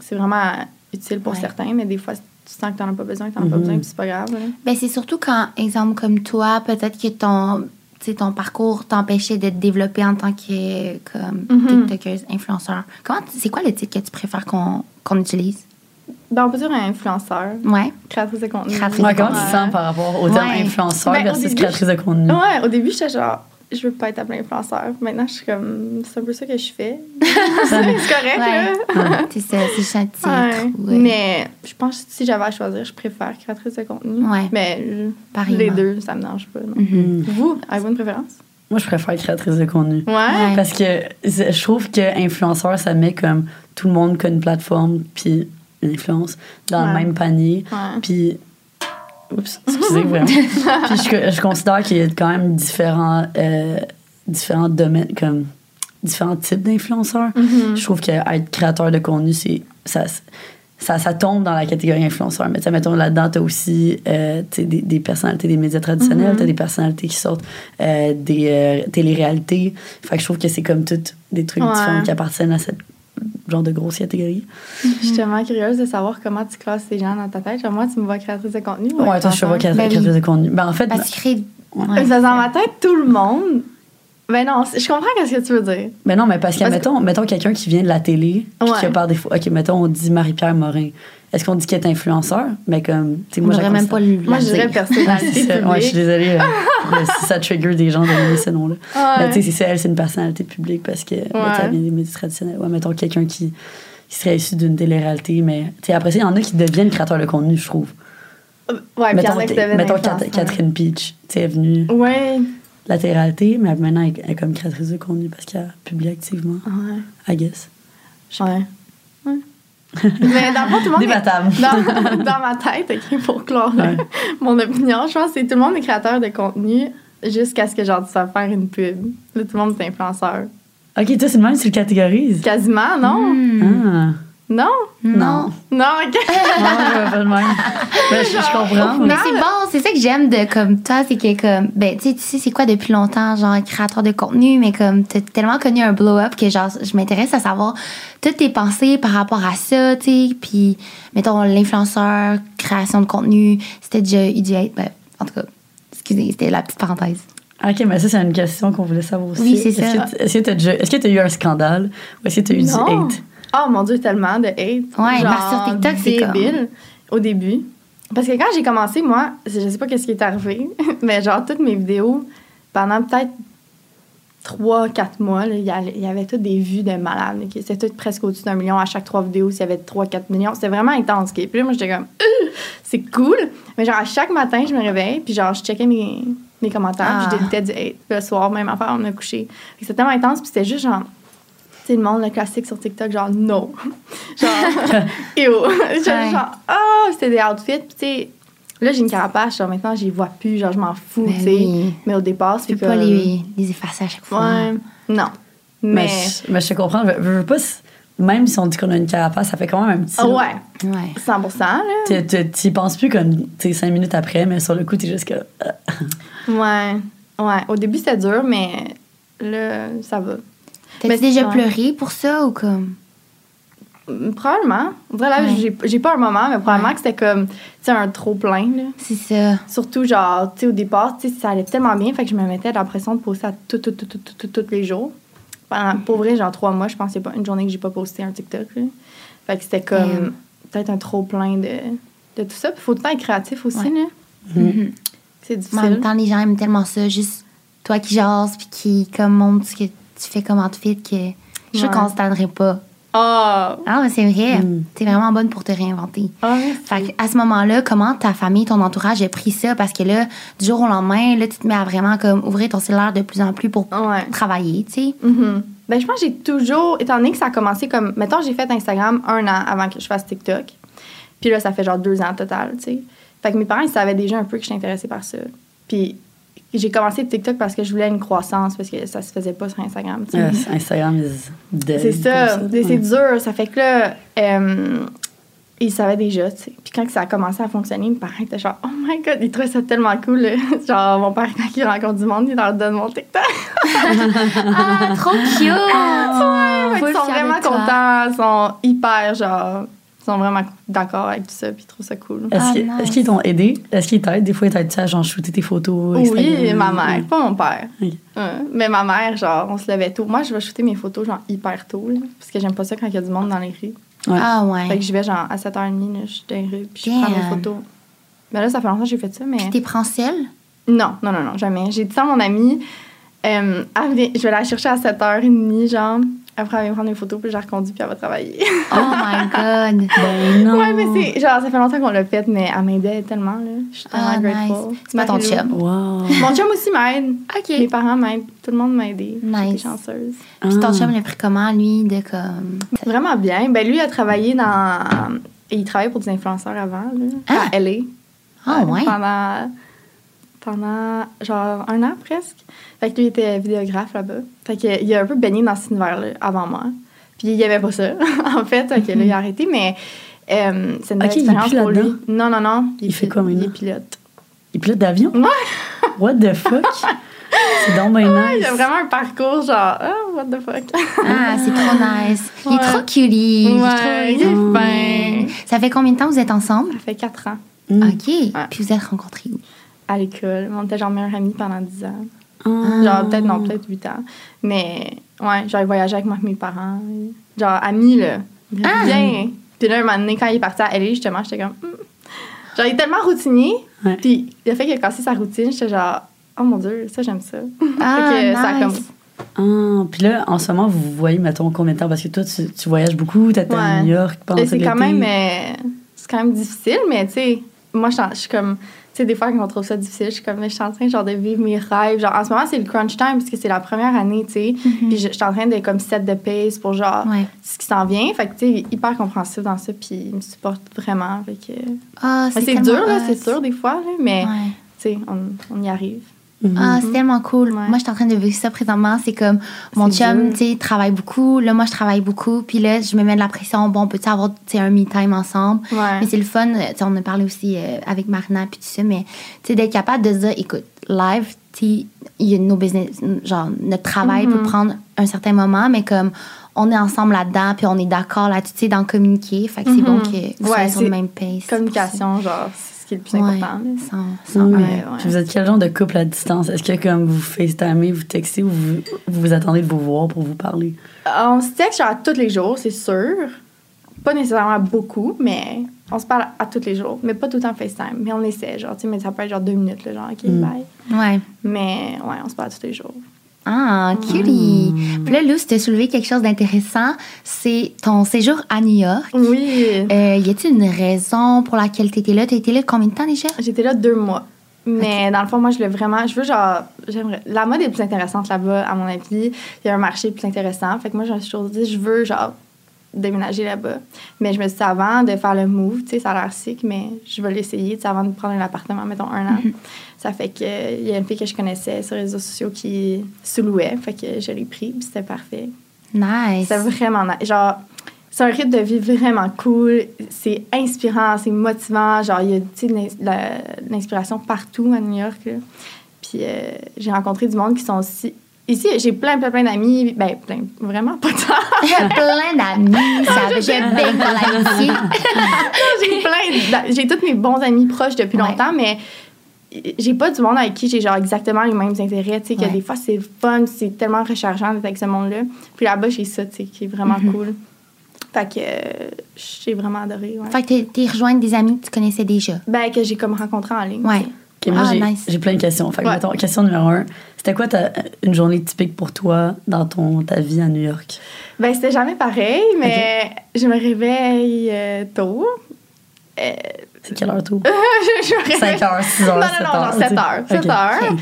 Speaker 1: c'est vraiment utile pour
Speaker 3: Ouais.
Speaker 1: certains, mais des fois, tu sens que t'en as pas besoin, t'en as pas
Speaker 2: Mhm.
Speaker 1: besoin, puis c'est pas grave. là.
Speaker 3: Ben, c'est surtout quand, exemple comme toi, peut-être que ton, tu sais, ton parcours t'empêchait de te développer en tant que comme
Speaker 1: Mhm.
Speaker 3: TikTokeuse, influenceur. Comment, tu- c'est quoi le titre que tu préfères qu'on qu'on utilise?
Speaker 1: Ben, on peut dire un influenceur,
Speaker 3: Ouais.
Speaker 1: créatrice de contenu.
Speaker 3: Créatrice
Speaker 2: Ouais,
Speaker 3: de
Speaker 2: comment tu te sens par rapport au terme
Speaker 3: Ouais.
Speaker 2: influenceur
Speaker 1: Ben, au
Speaker 2: versus
Speaker 1: début,
Speaker 2: créatrice de contenu?
Speaker 1: Ouais, au début, j'étais genre, je veux pas être appelée influenceur. Maintenant, je suis comme, c'est un peu ça que je fais. c'est correct, là.
Speaker 3: c'est ça, c'est gentil.
Speaker 1: Ouais.
Speaker 3: trop, ouais.
Speaker 1: Mais je pense que si j'avais à choisir, je préfère créatrice de contenu.
Speaker 3: Ouais.
Speaker 1: Mais euh,
Speaker 3: Pareillement.
Speaker 1: les deux, ça me dérange pas. non.
Speaker 3: Mhm.
Speaker 2: Mhm.
Speaker 1: Vous, avez-vous une préférence?
Speaker 2: Moi, je préfère créatrice de contenu.
Speaker 1: Ouais.
Speaker 3: Ouais.
Speaker 2: Parce que c'est- je trouve que influenceur, ça met comme tout le monde qui a une plateforme puis une influence dans le
Speaker 1: Ouais.
Speaker 2: même panier.
Speaker 1: Ouais.
Speaker 2: Puis. Oups, excusez vraiment. puis je, je considère qu'il y a quand même différents, euh, différents domaines, comme différents types d'influenceurs.
Speaker 1: Mhm.
Speaker 2: Je trouve qu'être créateur de contenu, c'est. Ça, ça, ça tombe dans la catégorie influenceur. Mais tu sais, mettons, là-dedans, t'as aussi euh, tu sais, des, des personnalités des médias traditionnels,
Speaker 1: Mhm.
Speaker 2: t'as des personnalités qui sortent euh, des euh, téléréalités. Fait que je trouve que c'est comme toutes des trucs
Speaker 1: Ouais.
Speaker 2: différents qui appartiennent à cette genre de grosse catégorie.
Speaker 1: Je suis tellement curieuse de savoir comment tu classes ces gens dans ta tête. Genre, moi, tu me vois créatrice de contenu. Ben, ou
Speaker 2: Ouais, attends, je te vois
Speaker 1: influenceur?
Speaker 2: créatrice
Speaker 3: Ben oui.
Speaker 2: de contenu. Ben, en fait,
Speaker 3: Parce que tu crées-
Speaker 2: Ouais.
Speaker 1: Parce que dans ma tête, tout le monde Ben non, c'est- je comprends qu'est-ce que tu veux dire.
Speaker 2: Mais non, mais parce que,
Speaker 1: Parce que-
Speaker 2: mettons, mettons quelqu'un qui vient de la télé, puis
Speaker 1: Ouais.
Speaker 2: qui a par défaut. OK, mettons, on dit Marie-Pierre Morin. Est-ce qu'on dit qu'elle est influenceur? Mais comme, tu sais,
Speaker 3: On
Speaker 2: moi,
Speaker 3: n'aurait
Speaker 2: j'aurais
Speaker 3: même pas lu.
Speaker 1: Moi, je dirais personnalité
Speaker 2: C'est
Speaker 1: publique.
Speaker 2: ça. Ouais, je suis désolée euh, euh, si ça trigger des gens de donner ce nom-là.
Speaker 1: Ouais.
Speaker 2: Mais Ben, tu sais, c'est ça, elle, c'est une personnalité publique parce que ben, là, ça vient des médias traditionnels. Ouais, mettons quelqu'un qui, qui serait issu d'une télé-réalité, mais tu sais, après ça, il y en a qui deviennent créateurs de contenu, je trouve.
Speaker 1: Ouais, puis il y
Speaker 2: mettons
Speaker 1: en a
Speaker 2: Kat-
Speaker 1: qui deviennent
Speaker 2: mettons
Speaker 1: influenceurs.
Speaker 2: Kat- Catherine Peach, tu sais, elle est venue
Speaker 1: Ouais.
Speaker 2: de la télé-réalité, mais maintenant, elle elle est comme créatrice de contenu parce qu'elle publie activement,
Speaker 1: Ouais.
Speaker 2: I guess.
Speaker 1: Ouais. Ouais. Mais dans le fond, tout le monde. est-
Speaker 2: Débattable.
Speaker 1: Dans, dans ma tête, ok, pour clore là,
Speaker 2: Ouais.
Speaker 1: mon opinion, je pense que c'est tout le monde est créateur de contenu jusqu'à ce que genre tu saches faire une pub. Là, tout le monde est influenceur.
Speaker 2: Ok, toi, c'est le même, tu le catégorises.
Speaker 1: Quasiment, non?
Speaker 2: Ah,
Speaker 1: Non?
Speaker 3: Non.
Speaker 1: Hmm. Non, ok.
Speaker 2: non, je pas le même. Ben, je, je comprends.
Speaker 3: Mais c'est bon, c'est ça que j'aime de comme toi, c'est que comme ben tu sais, tu sais c'est quoi depuis longtemps genre créateur de contenu, mais comme t'as tellement connu un blow up que genre je m'intéresse à savoir toutes tes pensées par rapport à ça, tu sais, puis mettons l'influenceur création de contenu, c'était déjà il dû être ben en tout cas, excusez, c'était la petite parenthèse.
Speaker 2: Ok, mais ça, c'est une question qu'on voulait savoir aussi.
Speaker 3: Oui, c'est
Speaker 2: Est-ce
Speaker 3: ça.
Speaker 2: que t- Est-ce que tu as, eu un scandale ou est-ce que tu as eu
Speaker 1: Non.
Speaker 2: du hate?
Speaker 1: Oh mon dieu, tellement de hate.
Speaker 3: Ouais,
Speaker 1: Genre,
Speaker 3: bah, sur TikTok, c'est comme-
Speaker 1: débile au début. Parce que quand j'ai commencé, moi, je sais pas qu'est-ce qui est arrivé, mais genre toutes mes vidéos, pendant peut-être 3-4 mois, là, il y allait- il y avait toutes des vues de malades. ok? C'était tout presque au-dessus d'un million à chaque trois vidéos, s'il y avait 3-4 millions. C'était vraiment intense. ok? Puis là, moi, j'étais comme, Euh, c'est cool. Mais genre, à chaque matin, je me réveillais, puis genre, je checkais mes, mes commentaires,
Speaker 3: Ah.
Speaker 1: puis je délitais du hate. Puis le soir, même affaire, on me couché. Fait que C'était tellement intense, puis c'était juste genre, tu sais, le monde, le classique sur TikTok, genre, non. genre, et oh.
Speaker 3: Ouais.
Speaker 1: genre, genre, oh, c'était des outfits, puis tu sais, là, j'ai une carapace, genre, maintenant, j'y vois plus, genre, je m'en fous,
Speaker 3: Ben
Speaker 1: tu sais.
Speaker 3: oui.
Speaker 1: Mais au départ, c'est
Speaker 3: Tu peux pas
Speaker 1: comme-
Speaker 3: les, les effacer à chaque fois.
Speaker 1: Ouais, non.
Speaker 2: Mais,
Speaker 1: Mais.
Speaker 2: je, mais je te comprends. Je, je veux pas, s- même si on dit qu'on a une carapace, ça fait quand même un petit.
Speaker 1: Ah ouais,
Speaker 3: Ouais.
Speaker 1: 100 là.
Speaker 2: Tu- tu- Tu y penses plus comme tu sais, cinq minutes après, mais sur le coup, tu es juste que. euh,
Speaker 1: Ouais. Ouais. Au début, c'était dur, mais là, ça va.
Speaker 3: T'as
Speaker 1: Mais-
Speaker 3: déjà
Speaker 1: ouais.
Speaker 3: pleuré pour ça ou comme
Speaker 1: Hum, Probablement. En vrai, là,
Speaker 3: Ouais.
Speaker 1: j'ai- j'ai pas un moment, mais probablement que c'était comme, tu sais, un trop-plein, là.
Speaker 3: c'est ça.
Speaker 1: Surtout, genre, tu sais, au départ, tu sais, ça allait tellement bien, fait que je me mettais la pression de poster à tout, tout, tout, tout, tout, tout, tous les jours. Pendant, pour vrai, genre, trois mois, je pensais pas une journée que j'ai pas posté un TikTok, là. Fait que c'était comme,
Speaker 3: Damn.
Speaker 1: peut-être un trop-plein de, de tout ça. Puis faut tout le temps être créatif aussi,
Speaker 3: Ouais.
Speaker 1: là.
Speaker 3: Mhm.
Speaker 1: C'est
Speaker 3: Mais
Speaker 1: difficile.
Speaker 3: en même temps, les gens aiment tellement ça, juste toi qui jases puis qui comme montre ce que tu fais comme outfit que je suis
Speaker 1: Ouais.
Speaker 3: sûre qu'on se tannerait pas.
Speaker 1: Ah!
Speaker 3: Ah, mais c'est vrai.
Speaker 2: Mm.
Speaker 3: T'es vraiment bonne pour te réinventer.
Speaker 1: Ah, merci.
Speaker 3: Fait que, à ce moment-là, comment ta famille, ton entourage a pris ça? Parce que là, du jour au lendemain, là, tu te mets à vraiment comme ouvrir ton cellulaire de plus en plus pour
Speaker 1: Ouais.
Speaker 3: travailler, tu sais.
Speaker 1: Mhm. Ben, je pense que j'ai toujours, étant donné que ça a commencé comme, mettons, j'ai fait Instagram un an avant que je fasse TikTok. Puis là, ça fait genre deux ans total, tu sais. Fait que mes parents, ils savaient déjà un peu que j'étais intéressée par ça. Puis j'ai commencé TikTok parce que je voulais une croissance, parce que ça se faisait pas sur Instagram, tu sais.
Speaker 2: euh, Instagram is dead.
Speaker 1: Ah, C'est ça,
Speaker 2: comme
Speaker 1: Mais
Speaker 2: Ouais.
Speaker 1: c'est dur. Ça fait que là, euh, ils savaient déjà, tu sais. Puis quand ça a commencé à fonctionner, mes parents étaient genre, oh my god, ils trouvaient ça tellement cool. là. genre, mon père, quand il rencontre du monde, il leur donne mon TikTok.
Speaker 3: Ah, trop cute!
Speaker 1: Ouais, fait qu'ils
Speaker 3: Ah, Full
Speaker 1: sont
Speaker 3: fière
Speaker 1: vraiment
Speaker 3: de toi.
Speaker 1: contents, ils sont hyper genre, ils sont vraiment d'accord avec tout ça, puis ils trouvent ça cool.
Speaker 2: Est-ce
Speaker 3: Ah,
Speaker 2: que-
Speaker 3: nice.
Speaker 2: est-ce qu'ils t'ont aidé? Est-ce qu'ils t'aident? Des fois, ils t'aident à genre shooter tes photos.
Speaker 1: Oui,
Speaker 2: Instagram?
Speaker 1: ma mère, pas mon père.
Speaker 2: Ouais.
Speaker 1: Ouais. Mais ma mère, genre, on se levait tôt. Moi, je vais shooter mes photos, genre, hyper tôt, là, parce que j'aime pas ça quand il y a du monde dans les rues.
Speaker 2: Ouais.
Speaker 3: Ah
Speaker 1: Fait que
Speaker 3: ouais.
Speaker 1: j'y vais, genre, à 7h30, là, je suis dans les rues, puis je prends mes
Speaker 3: Damn.
Speaker 1: photos. Mais là, ça fait longtemps que j'ai fait ça, mais.
Speaker 3: Puis t'es prends seul?
Speaker 1: Non, non, non, non, jamais. J'ai dit ça à mon amie. euh, elle vient- je vais la chercher à 7h30, genre. Après, elle vient prendre mes photos, puis je la reconduis, puis elle va travailler.
Speaker 3: Oh my god!
Speaker 2: Ben non.
Speaker 1: Ouais, mais c'est genre, ça fait longtemps qu'on l'a fait, mais elle m'aidait tellement, là. Je suis tellement
Speaker 3: Ah,
Speaker 1: grateful.
Speaker 3: nice. C'est pas ton
Speaker 1: Marie-Lou.
Speaker 3: chum.
Speaker 2: Wow.
Speaker 1: Mon chum aussi m'aide. Mes
Speaker 3: OK.
Speaker 1: parents m'aident. Tout le monde m'a aidée.
Speaker 3: Nice.
Speaker 1: J'étais chanceuse.
Speaker 3: Puis
Speaker 2: Ah.
Speaker 3: ton chum l'a pris comment, lui, de comme.
Speaker 1: Vraiment bien. Ben, lui, il a travaillé dans. Il travaillait pour des influenceurs avant, là.
Speaker 3: Ah!
Speaker 1: À LA.
Speaker 3: Ah ouais?
Speaker 1: Euh, Pendant. Pendant genre un an presque. Fait que lui il était vidéographe là-bas. Fait que il a un peu baigné dans cet univers-là avant moi. Puis il aimait pas ça, en fait. Fait que là, il a arrêté, mais euh, c'est une belle
Speaker 2: Ok, il est
Speaker 1: expérience
Speaker 2: plus
Speaker 1: pour lui.
Speaker 2: là-dedans?
Speaker 1: Non, non, non.
Speaker 2: Il fait quoi
Speaker 1: Il est
Speaker 2: maintenant?
Speaker 1: pilote.
Speaker 2: Il pilote d'avion? What the fuck? C'est donc ben
Speaker 1: Il
Speaker 2: nice.
Speaker 1: a vraiment un parcours genre, ah, what the fuck.
Speaker 3: Ah, c'est trop nice. Il est
Speaker 1: Ouais.
Speaker 3: trop cute. Il est
Speaker 1: Ouais, il
Speaker 3: trop-
Speaker 1: est fin.
Speaker 3: Ça fait combien de temps que vous êtes ensemble?
Speaker 1: Ça fait 4 ans
Speaker 2: Mm.
Speaker 3: OK. Puis vous êtes rencontrés où?
Speaker 1: à l'école. On était genre meilleurs amis pendant 10 ans.
Speaker 2: Ah,
Speaker 1: Genre, peut-être, non, peut-être 8 ans. Mais, ouais, genre, il voyageait avec moi, avec mes parents. Genre, amis, là.
Speaker 3: Ah!
Speaker 1: Bien. Puis là, un moment donné, quand il est parti à LA, justement, j'étais comme. hmm. Genre, il est tellement routinier.
Speaker 2: Ouais.
Speaker 1: Puis le fait qu'il a cassé sa routine, j'étais genre, oh mon Dieu, ça, j'aime ça.
Speaker 3: Ah,
Speaker 1: fait que ça a
Speaker 3: nice.
Speaker 1: comme.
Speaker 2: Ah, puis là, en ce moment, vous voyez, mettons, combien de temps? Parce que toi, tu, tu voyages beaucoup, t'étais à
Speaker 1: Ouais.
Speaker 2: New York pendant
Speaker 1: Mais
Speaker 2: tout
Speaker 1: C'est quand
Speaker 2: l'été.
Speaker 1: même. euh, c'est quand même difficile, mais tu sais, moi, je suis en- je suis comme. Tu sais, des fois, quand on trouve ça difficile, je suis comme, mais je suis en train genre, de vivre mes rêves. Genre, en ce moment, c'est le crunch time, parce que c'est la première année, tu sais. Puis je je suis en train de comme set de pace pour genre.
Speaker 3: Mm-hmm. Ouais.
Speaker 1: Ce qui s'en vient, fait que tu sais, il est hyper compréhensif dans ça, puis il me supporte vraiment. Fait que,
Speaker 3: Ah,
Speaker 1: Mais c'est
Speaker 3: tellement
Speaker 1: dur, là,
Speaker 3: hot.
Speaker 1: c'est sûr, des fois, là, mais
Speaker 3: Ouais.
Speaker 1: tu sais, on, on y arrive.
Speaker 2: Mhm.
Speaker 3: Ah, c'est tellement cool.
Speaker 1: Ouais.
Speaker 3: Moi, je suis en train de vivre ça présentement. C'est comme mon
Speaker 1: C'est
Speaker 3: chum,
Speaker 1: dur.
Speaker 3: tu sais, travaille beaucoup. Là, moi, je travaille beaucoup. Puis là, je me mets de la pression. Bon, on peut-tu avoir, tu sais, un me-time ensemble?
Speaker 1: Ouais.
Speaker 3: Mais c'est le fun. euh, Tu sais, on en a parlé aussi euh, avec Marina, puis tout ça. Mais, tu sais, d'être capable de se dire, écoute, live, tu sais, il y a nos business, genre, notre travail
Speaker 1: Mhm.
Speaker 3: peut prendre un certain moment, mais comme, on est ensemble là-dedans, puis on est d'accord là-dessus, tu sais, d'en communiquer. Fait que c'est
Speaker 1: Mhm.
Speaker 3: bon que vous
Speaker 1: Ouais,
Speaker 3: soyez sur le
Speaker 1: c'est
Speaker 3: même pace.
Speaker 1: Communication, genre, c'est ce qui est le plus
Speaker 3: Ouais,
Speaker 1: important. là.
Speaker 3: sans, sans
Speaker 2: Oui.
Speaker 1: Ouais,
Speaker 2: Ah, Puis
Speaker 1: ouais.
Speaker 2: vous êtes quel genre de couple à distance? Est-ce que comme vous FaceTimez, vous textez ou vous vous, vous attendez de vous voir pour vous parler?
Speaker 1: On se texte genre à tous les jours, c'est sûr. Pas nécessairement beaucoup, mais on se parle à tous les jours. Mais pas tout le temps FaceTime. Mais on essaie, genre, tu sais, mais ça peut être genre deux minutes, là, genre, OK, bye.
Speaker 3: Ouais.
Speaker 1: Mais ouais, on se parle tous les jours.
Speaker 3: Ah,
Speaker 1: Hmm.
Speaker 3: cutie! Puis là, Lou, tu as soulevé quelque chose d'intéressant. C'est ton séjour à New York.
Speaker 1: Oui.
Speaker 3: Euh, y a-t-il une raison pour laquelle tu étais là? Tu étais là combien de temps déjà?
Speaker 1: J'étais là deux mois. Mais dans le fond, moi, je voulais vraiment. Je veux genre. J'aimerais. La mode est plus intéressante là-bas, à mon avis. Il y a un marché plus intéressant. Fait que moi, je me suis toujours dit, je veux genre déménager là-bas. Mais je me suis dit, avant de faire le move, tu sais, ça a l'air sick, mais je vais l'essayer, tu sais, avant de prendre un appartement, mettons un an. Ça fait que euh, il y a une fille que je connaissais sur les réseaux sociaux qui se louait. Fait que je l'ai pris, puis c'était parfait.
Speaker 3: Nice.
Speaker 1: C'est vraiment nice. Genre, c'est un rythme de vie vraiment cool. C'est inspirant, c'est motivant. Genre, il y a tu sais, de l'ins- de la- de l'inspiration partout à New York. là. Puis euh, j'ai rencontré du monde qui sont aussi. Ici, j'ai plein, plein, plein d'amis. Ben, plein. Vraiment pas tant.
Speaker 3: plein d'amis. Ça fait un bec dans l'amitié.
Speaker 1: j'ai plein. d'a- J'ai tous mes bons amis proches depuis
Speaker 3: Ouais.
Speaker 1: longtemps, mais j'ai pas du monde avec qui j'ai genre exactement les mêmes intérêts. Tu sais, que
Speaker 3: Ouais.
Speaker 1: des fois, c'est fun, c'est tellement rechargeant d'être avec ce monde-là. Puis là-bas, j'ai ça, tu sais, qui est vraiment cool. Fait que euh, j'ai vraiment adoré. ouais.
Speaker 3: Fait que t'es- t'es rejoindre des amis que tu connaissais déjà.
Speaker 1: Ben, que j'ai comme rencontré en ligne.
Speaker 3: Ouais.
Speaker 2: Ok, moi,
Speaker 3: ah,
Speaker 2: j'ai
Speaker 3: nice.
Speaker 2: j'ai plein de questions. Fait que,
Speaker 1: Ouais.
Speaker 2: mettons, question numéro un, c'était quoi ta- une journée typique pour toi dans ton, ta vie à New York?
Speaker 1: Ben, c'était jamais pareil, mais je me réveille euh, tôt. Euh,
Speaker 2: C'est quelle heure tôt?
Speaker 1: je, je me réveille.
Speaker 2: 5 heures, 6
Speaker 1: Non,
Speaker 2: heures,
Speaker 1: non,
Speaker 2: 7
Speaker 1: non,
Speaker 2: heures?
Speaker 1: genre 7
Speaker 2: tu sais.
Speaker 1: heures, 7
Speaker 2: Ok.
Speaker 1: heures.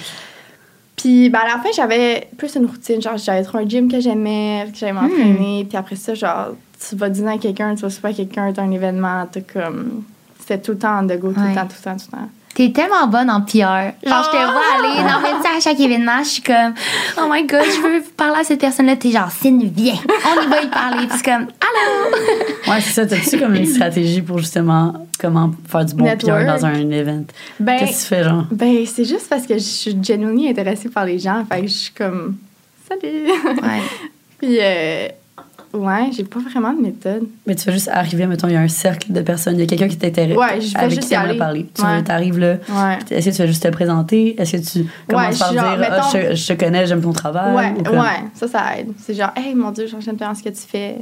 Speaker 1: Puis, ben, à la fin, j'avais plus une routine. Genre, j'avais trouvé un gym que j'aimais, que j'allais m'entraîner. Puis après ça, genre, tu vas dîner à quelqu'un, tu vas souper à quelqu'un, t'as un événement, t'as comme. C'était tout le temps de go, tout
Speaker 3: Ouais.
Speaker 1: le temps, tout le temps, tout le temps.
Speaker 3: T'es tellement bonne en PR. Genre, je te
Speaker 1: Oh!
Speaker 3: vois aller. Non, mais tu sais, à chaque événement, je suis comme, oh my god, je veux parler à cette personne-là. T'es genre, Cine, viens. On y va y parler. Puis c'est comme,
Speaker 2: Ouais, c'est ça. T'as-tu comme une stratégie pour justement comment faire du bon PR
Speaker 1: Network.
Speaker 2: dans un event?
Speaker 1: Ben,
Speaker 2: Qu'est-ce que tu fais, genre?
Speaker 1: ben c'est juste parce que je suis genuinely intéressée par les gens. Fait que je suis comme. Salut!
Speaker 3: ouais.
Speaker 1: Puis, euh, ouais, j'ai pas vraiment de méthode.
Speaker 2: Mais tu vas juste arriver, mettons, il y a un cercle de personnes, il y a quelqu'un qui t'intéresse,
Speaker 1: Ouais, je vais
Speaker 2: avec
Speaker 1: juste
Speaker 2: qui
Speaker 1: y
Speaker 2: t'aimerais
Speaker 1: aller.
Speaker 2: parler. Tu
Speaker 1: Ouais.
Speaker 2: arrives là,
Speaker 1: Ouais.
Speaker 2: est-ce que tu vas juste te présenter? Est-ce que tu commences
Speaker 1: je
Speaker 2: par
Speaker 1: suis genre,
Speaker 2: dire, Ah,
Speaker 1: mettons-
Speaker 2: je, je te connais, j'aime ton travail?
Speaker 1: Ouais,
Speaker 2: ou comme-
Speaker 1: ouais, ça, ça aide. C'est genre, hey, mon Dieu, j'enchaîne dans ce que tu fais.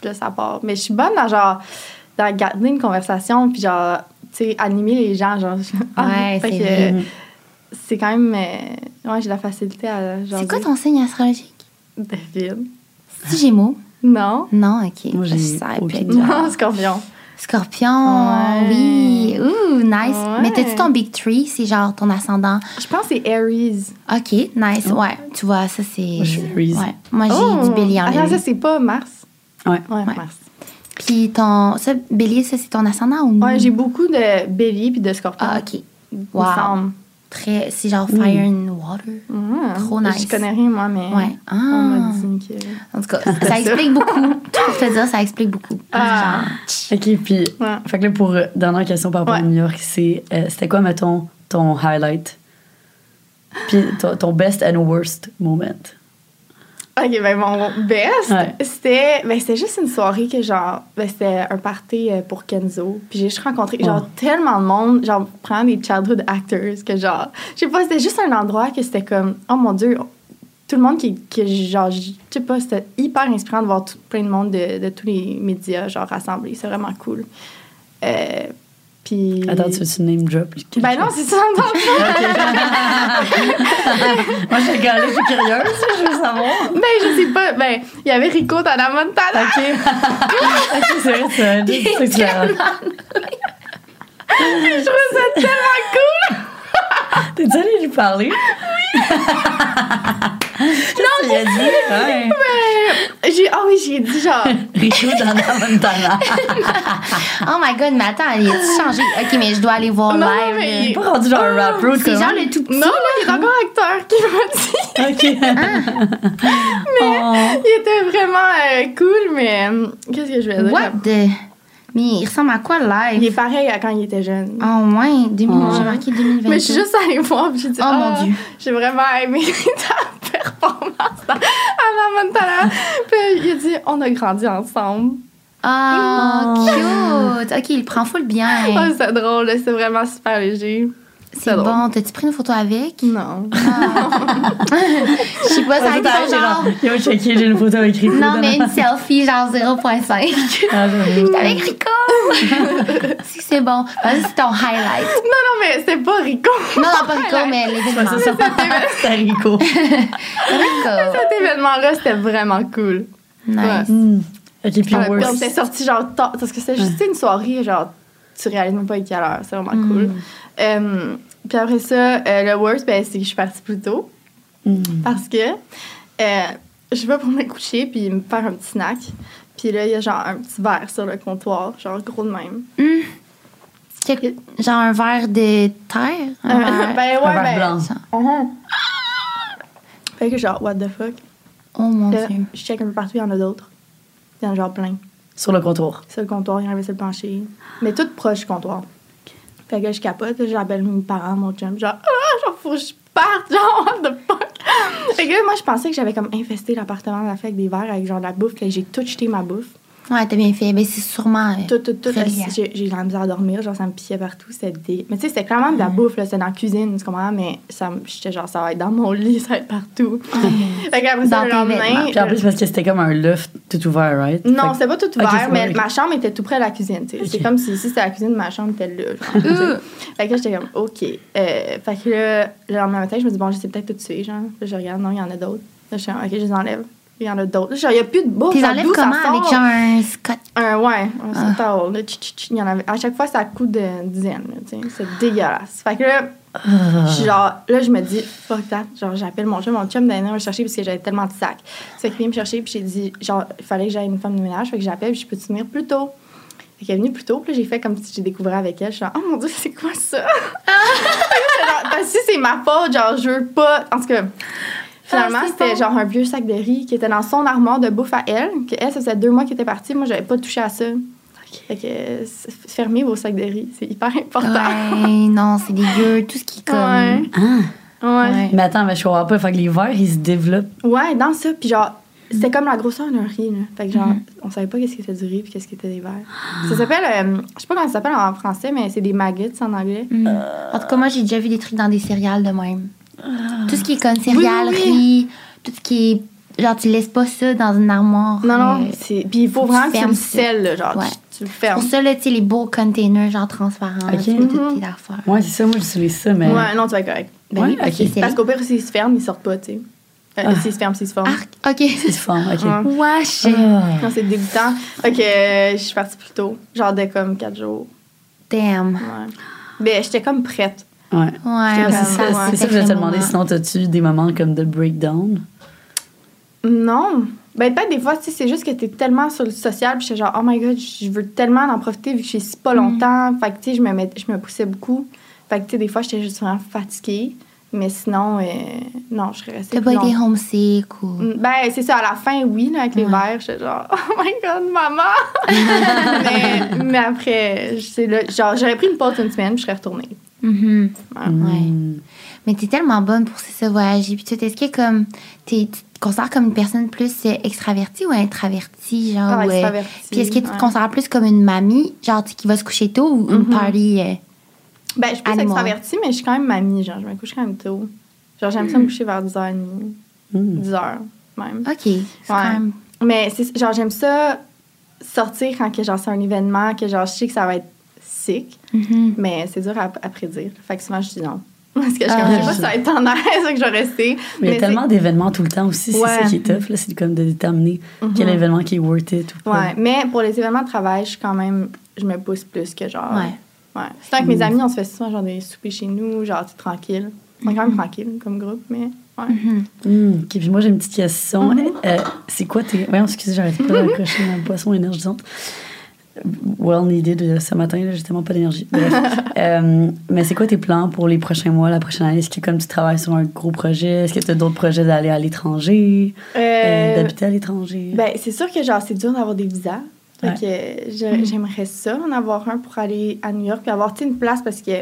Speaker 1: Puis là, ça part. Mais je suis bonne dans genre, dans garder une conversation, puis genre, tu sais, animer les gens. Genre,
Speaker 3: Ouais,
Speaker 1: Fait
Speaker 3: c'est
Speaker 1: que,
Speaker 3: vrai.
Speaker 1: euh, C'est quand même. euh, ouais, j'ai la facilité à. genre,
Speaker 3: C'est quoi ton signe astrologique?
Speaker 1: David.
Speaker 3: Si Gémeaux?
Speaker 1: Non.
Speaker 3: Non, ok.
Speaker 2: Moi, j'ai
Speaker 3: Je sais,
Speaker 2: aucune
Speaker 3: peut-être.
Speaker 2: idée.
Speaker 1: Non, scorpion.
Speaker 3: Scorpion,
Speaker 1: Ouais.
Speaker 3: oui. Ouh, nice.
Speaker 1: Ouais.
Speaker 3: Mais t'as-tu ton Big Tree? C'est genre ton ascendant.
Speaker 1: Je pense que c'est Aries.
Speaker 3: Ok, nice. Ouais, tu vois, ça c'est.
Speaker 2: Moi, je suis Aries.
Speaker 3: Ouais. Moi, j'ai
Speaker 1: Oh!
Speaker 3: du bélier en
Speaker 1: Attends,
Speaker 3: lune.
Speaker 1: ça, c'est pas Mars.
Speaker 2: Ouais.
Speaker 1: Ouais,
Speaker 3: Ouais.
Speaker 1: Mars.
Speaker 3: Puis ton. Ça, bélier, ça c'est ton ascendant ou
Speaker 1: Ouais, j'ai beaucoup de bélier puis de scorpion.
Speaker 3: Ah, ok.
Speaker 1: il me
Speaker 3: Wow.
Speaker 1: semble.
Speaker 3: Très. C'est genre fire and water.
Speaker 1: Ah,
Speaker 3: Trop
Speaker 1: Je
Speaker 3: nice.
Speaker 1: connais rien, moi, mais
Speaker 3: Ouais. Ah.
Speaker 1: on m'a dit que...
Speaker 3: En tout cas, ça explique beaucoup. Tout pour te dire, ça explique beaucoup.
Speaker 1: Ah.
Speaker 2: OK, puis,
Speaker 1: Ouais.
Speaker 2: fait que là, pour euh, dernière question par rapport à
Speaker 1: Ouais.
Speaker 2: New York, c'est, euh, c'était quoi, mettons, ton highlight? Puis ton, ton best and worst moment?
Speaker 1: OK, ben mon best,
Speaker 2: Ouais.
Speaker 1: c'était ben, c'était juste une soirée que genre, ben, c'était un party euh, pour Kenzo. Puis j'ai juste rencontré genre
Speaker 2: Wow.
Speaker 1: tellement de monde, genre prendre des childhood actors que genre, je sais pas, c'était juste un endroit que c'était comme, oh mon Dieu, tout le monde qui, que genre, je sais pas, c'était hyper inspirant de voir tout, plein de monde de, de tous les médias genre rassemblés. C'est vraiment cool. Euh, puis.
Speaker 2: Attends, tu veux name drop?
Speaker 1: Ben non, c'est ça, non.
Speaker 2: Moi, je suis là, je suis curieuse, je veux savoir.
Speaker 1: Ben, je sais pas. Ben, il y avait Rico dans la montagne.
Speaker 2: Ok. ok, c'est vrai, c'est un juste c'est clair.
Speaker 1: Je trouve ça tellement cool.
Speaker 2: T'es déjà allée lui parler? Oui! non, mais. dit, hein?
Speaker 1: J'ai, ah oui, j'ai dit genre.
Speaker 2: Rico dans la Montana.
Speaker 3: Oh my god, mais attends, il a-tu changé? Ok, mais je dois aller voir
Speaker 1: Non,
Speaker 3: live.
Speaker 1: mais
Speaker 3: là.
Speaker 2: Pas rendu dans un rap road,
Speaker 3: C'est genre le tout petit.
Speaker 1: Non, là, il est encore acteur qui m'a dit.
Speaker 2: Ok.
Speaker 3: Hein?
Speaker 2: Oh.
Speaker 1: Il était vraiment euh, cool, mais euh, qu'est-ce que je vais dire?
Speaker 3: What the? Mais il ressemble à quoi le
Speaker 1: Il est
Speaker 3: live?
Speaker 1: pareil à quand il était jeune.
Speaker 3: Oh ouais, 2000,
Speaker 2: Oh.
Speaker 3: j'ai marqué 2022.
Speaker 1: Ah. mais je suis juste allée voir puis j'ai dit,
Speaker 3: Oh mon
Speaker 1: Ah,
Speaker 3: Dieu.
Speaker 1: j'ai vraiment aimé ta performance à la Montana. Puis il a dit, on a grandi ensemble.
Speaker 3: Ah,
Speaker 2: Oh.
Speaker 3: cute! Ok, il prend full bien.
Speaker 1: Oh, c'est drôle, là, c'est vraiment super léger.
Speaker 3: C'est
Speaker 1: drôle.
Speaker 3: bon. T'as-tu pris une photo avec?
Speaker 1: Non.
Speaker 3: Je sais
Speaker 1: Ah,
Speaker 3: pas, ça
Speaker 2: T'as
Speaker 3: arrive
Speaker 2: arrêté,
Speaker 3: genre...
Speaker 2: genre, Yo, checké, j'ai une photo avec Rico.
Speaker 3: Non,
Speaker 2: dans
Speaker 3: mais
Speaker 2: la-
Speaker 3: une selfie genre 0.5.
Speaker 2: Ah, j'avoue.
Speaker 3: J'étais avec Rico! si c'est bon. Ah, ça, c'est ton highlight.
Speaker 1: Non, non, mais c'est pas Rico.
Speaker 3: Non, non, pas Rico, mais l'événement.
Speaker 2: C'est ça, c'était Rico.
Speaker 3: Rico.
Speaker 1: Cet événement-là, c'était vraiment cool. Ouais.
Speaker 3: Nice.
Speaker 2: Hmm. Ok, puis
Speaker 1: Ah, puis on
Speaker 2: worse.
Speaker 1: s'est sorti genre tard, parce que c'était juste une soirée, genre, tu réalises même pas à quelle heure, c'est vraiment
Speaker 2: Mm.
Speaker 1: cool. Euh, puis après ça, euh, le worst, ben, c'est que je suis partie plus tôt
Speaker 2: Hmm.
Speaker 1: parce que euh, je vais pour me coucher puis me faire un petit snack. Puis là, il y a genre un petit verre sur le comptoir, genre gros de même.
Speaker 3: Quelque- Genre un verre de terre? Un verre-
Speaker 1: ben ouais,
Speaker 2: Un verre
Speaker 1: ben.
Speaker 2: blanc.
Speaker 1: Mhm. Fait que genre, what the fuck.
Speaker 3: Oh mon
Speaker 1: Là,
Speaker 3: dieu.
Speaker 1: je check un peu partout, il y en a d'autres. Il y en a genre plein.
Speaker 2: Sur le comptoir.
Speaker 1: sur le comptoir, il y en avait sur le plancher. Mais tout proche du comptoir. Fait que je capote, là, j'appelle mes parents, mon chum, genre, ah, genre, faut que je parte, genre, what the fuck. Fait que là, moi, je pensais que j'avais comme infesté l'appartement de la fête avec des verres, avec genre de la bouffe, fait que j'ai tout jeté ma bouffe.
Speaker 3: Ouais, t'as bien fait. Ben c'est sûrement. euh,
Speaker 1: Tout, tout, tout.
Speaker 3: Très bien.
Speaker 1: J'ai j'ai eu de la misère à dormir, genre, ça me piquait partout, c'était dé- Mais tu sais, c'était clairement de
Speaker 3: Mm.
Speaker 1: la bouffe, là, c'était dans la cuisine, tu comprends, mais ça me- j'étais genre, ça va être dans mon lit, ça va être partout. fait qu'après
Speaker 3: Dans
Speaker 1: ça, le
Speaker 3: tes vêtements.
Speaker 1: lendemain.
Speaker 2: Puis en plus, parce que c'était comme un loft tout ouvert, right?
Speaker 1: euh, Non,
Speaker 2: Fait
Speaker 1: c'était pas tout
Speaker 2: Ok,
Speaker 1: ouvert,
Speaker 2: c'est
Speaker 1: mais
Speaker 2: bon, ok.
Speaker 1: ma chambre était tout près de la cuisine. tu sais. C'est
Speaker 2: Ok.
Speaker 1: comme si, si c'était la cuisine, ma chambre était là. genre, tu sais. fait que là, j'étais comme, OK. Euh, fait que là, le lendemain matin, je me dis, bon, j'essaie peut-être tout de suite. Genre. Là, je regarde, non, il y en a d'autres. Là, je suis comme, OK, je les enlève. Il y en a d'autres. Là, genre, il n'y a plus de bouffe.
Speaker 3: T'es
Speaker 1: genre,
Speaker 3: enlèves
Speaker 1: d'où ça
Speaker 3: comment avec
Speaker 1: sort?
Speaker 3: genre un scotch?
Speaker 1: Un, ouais, un
Speaker 2: Ah.
Speaker 1: centre. Là, tch, tch, tch, il y en avait. À chaque fois, ça coûte de dizaines. là, tu sais. C'est dégueulasse. Fait que là, je suis genre, là, je me dis, fuck that. Genre, j'appelle mon chum. Mon chum, d'ailleurs, me chercher parce que j'avais tellement de sacs. Fait qu'il vient me chercher, puis j'ai dit, genre, il fallait que j'aille une femme de ménage. Fait que j'appelle, puis je peux te venir plus tôt. Fait qu'elle est venue plus tôt, puis là, j'ai fait comme si j'ai découvert avec elle. Je suis genre, oh mon dieu, c'est quoi ça? Genre, parce que c'est ma faute, genre, je veux pas. En tout cas. Finalement,
Speaker 3: Ah, c'est
Speaker 1: c'était
Speaker 3: bon.
Speaker 1: genre un vieux sac de riz qui était dans son armoire de bouffe à elle. Que elle, ça faisait deux mois qu'elle était partie. Moi, j'avais pas touché à ça. Fait que euh, c'est- fermez vos sacs de riz, c'est hyper important.
Speaker 3: Ouais, non, c'est dégueu. Tout ce qui est comme. hein?
Speaker 1: Ouais.
Speaker 2: Ah.
Speaker 1: Ouais.
Speaker 3: Ouais.
Speaker 2: Mais attends, mais je comprends pas. Fait que les verres, ils se développent.
Speaker 1: Ouais, dans ça. Puis genre,
Speaker 3: Mm.
Speaker 1: c'était comme la grosseur d'un riz. Là. Fait que genre,
Speaker 3: Mm-hmm.
Speaker 1: on savait pas qu'est-ce qui était du riz puis qu'est-ce qui était des verres. Ça s'appelle, euh, je sais pas comment ça s'appelle en français, mais c'est des maggots en anglais.
Speaker 3: Mm. En tout cas, moi, j'ai déjà vu des trucs dans des céréales de même. Tout ce qui est comme céréales,
Speaker 1: oui,
Speaker 3: riz, tout ce qui est. Genre, tu laisses pas ça dans une armoire.
Speaker 1: Non, non,
Speaker 3: euh,
Speaker 1: c'est. Puis il faut
Speaker 3: faut que
Speaker 1: vraiment
Speaker 3: tu
Speaker 1: que tu
Speaker 3: fermes
Speaker 1: le
Speaker 3: ça.
Speaker 1: scelles, là, genre,
Speaker 3: Ouais.
Speaker 1: tu, tu le
Speaker 3: Pour
Speaker 1: fermes.
Speaker 3: ça, là, tu sais, les beaux containers, genre transparents, là,
Speaker 2: Ok.
Speaker 3: tu mets toutes
Speaker 1: Mhm.
Speaker 3: tes affaires.
Speaker 2: Ouais, c'est ça, moi, j'utilise ça, mais.
Speaker 1: Ouais, non, tu vas être correct.
Speaker 3: Ben oui,
Speaker 2: Ouais,
Speaker 3: parce
Speaker 2: ok.
Speaker 3: que c'est
Speaker 1: Parce qu'au pire, s'ils se ferment, ils sortent pas, tu sais. Euh,
Speaker 2: Ah.
Speaker 1: S'ils se ferment, s'ils se forment.
Speaker 3: Arc, ok.
Speaker 2: Ils se forment, ok.
Speaker 1: Ouais.
Speaker 3: Wesh!
Speaker 2: Ah.
Speaker 1: Non, c'est dégoûtant. Fait que euh, je suis partie plus tôt, genre de comme 4 jours.
Speaker 3: Damn.
Speaker 1: Ouais. Ben, j'étais comme prête.
Speaker 2: Ouais.
Speaker 3: Ouais,
Speaker 2: Ah, C'est
Speaker 1: comme-
Speaker 2: ça,
Speaker 1: ouais,
Speaker 2: c'est ça que je
Speaker 3: fait
Speaker 2: voulais te
Speaker 3: le
Speaker 2: demander.
Speaker 3: moment.
Speaker 2: Sinon, t'as-tu des moments comme de breakdown?
Speaker 1: Non. Ben, peut-être des fois, tu sais, c'est juste que t'es tellement sur le social, puis j'étais genre, oh my god, je veux tellement en profiter vu que j'ai si
Speaker 3: Mm.
Speaker 1: pas longtemps. Fait que, tu sais, je me, met- je me poussais beaucoup. Fait que, tu sais, des fois, j'étais juste vraiment fatiguée. Mais sinon, euh, non, je serais restée.
Speaker 3: T'as
Speaker 1: plus
Speaker 3: pas été
Speaker 1: longtemps.
Speaker 3: homesick ou.
Speaker 1: Ben, c'est ça, à la fin, oui, là, avec les verres, j'étais genre, oh my god, maman! mais, mais après, c'est là, genre, j'aurais pris une pause une semaine, puis je serais retournée.
Speaker 3: Mhm.
Speaker 1: Ouais.
Speaker 3: Ouais.
Speaker 2: Hmm.
Speaker 3: Mais t'es tellement bonne pour ce, ce voyager. Puis tout, est-ce que comme. t'es- tu te considères comme une personne plus euh, extravertie ou introvertie, genre?
Speaker 1: Ah,
Speaker 3: ou, euh,
Speaker 1: extravertie,
Speaker 3: Puis est-ce que tu te
Speaker 1: ouais. Mhm.
Speaker 3: considères plus comme une mamie, genre, tu sais, qui va se coucher tôt ou une party? euh,
Speaker 1: Ben, je suis plus
Speaker 3: Animal.
Speaker 1: extravertie, mais je suis quand même mamie. Genre, je me couche quand même tôt. Genre, j'aime ça me coucher vers 10h30.
Speaker 2: Hmm.
Speaker 1: 10h, même.
Speaker 3: OK. Ah, C'est quand
Speaker 1: Ouais.
Speaker 3: même-
Speaker 1: Mais c'est genre j'aime ça sortir quand que genre c'est un événement que genre je sais que ça va être sick,
Speaker 3: Mhm.
Speaker 1: mais c'est dur à, à prédire. Fait que souvent je dis non. Parce que je,
Speaker 3: Ah,
Speaker 1: comme, je sais pas
Speaker 2: je
Speaker 1: si ça va être tendance, que je vais rester.
Speaker 2: Mais il y a
Speaker 1: c'est-
Speaker 2: tellement d'événements tout le temps aussi,
Speaker 1: Ouais. Mm-hmm.
Speaker 2: c'est ça qui est tough, là, c'est comme de déterminer quel événement qui est worth it ou pas.
Speaker 1: Ouais, mais pour les événements de travail, je suis quand même je me pousse plus que genre
Speaker 3: Ouais.
Speaker 1: Ouais. C'est avec mes
Speaker 2: Mhm.
Speaker 1: amis, on se fait souvent genre des soupers chez nous, genre c'est tranquille. On est quand même tranquille comme groupe, mais ouais.
Speaker 2: Hmm, ok, puis moi j'ai une petite question. Euh, c'est quoi tes. Voyons, excusez, j'arrête pas d'accrocher ma boisson énergisante. Well needed euh, ce matin, là, j'ai tellement pas d'énergie. Bref. Euh, mais c'est quoi tes plans pour les prochains mois, la prochaine année? Est-ce que comme tu travailles sur un gros projet, est-ce que tu as d'autres projets d'aller à l'étranger, euh,
Speaker 1: Euh,
Speaker 2: d'habiter à l'étranger?
Speaker 1: Ben, c'est sûr que genre c'est dur d'avoir des visas. Fait
Speaker 2: Ouais.
Speaker 1: que je- j'aimerais ça en avoir un pour aller à New York puis avoir tu sais, une place parce que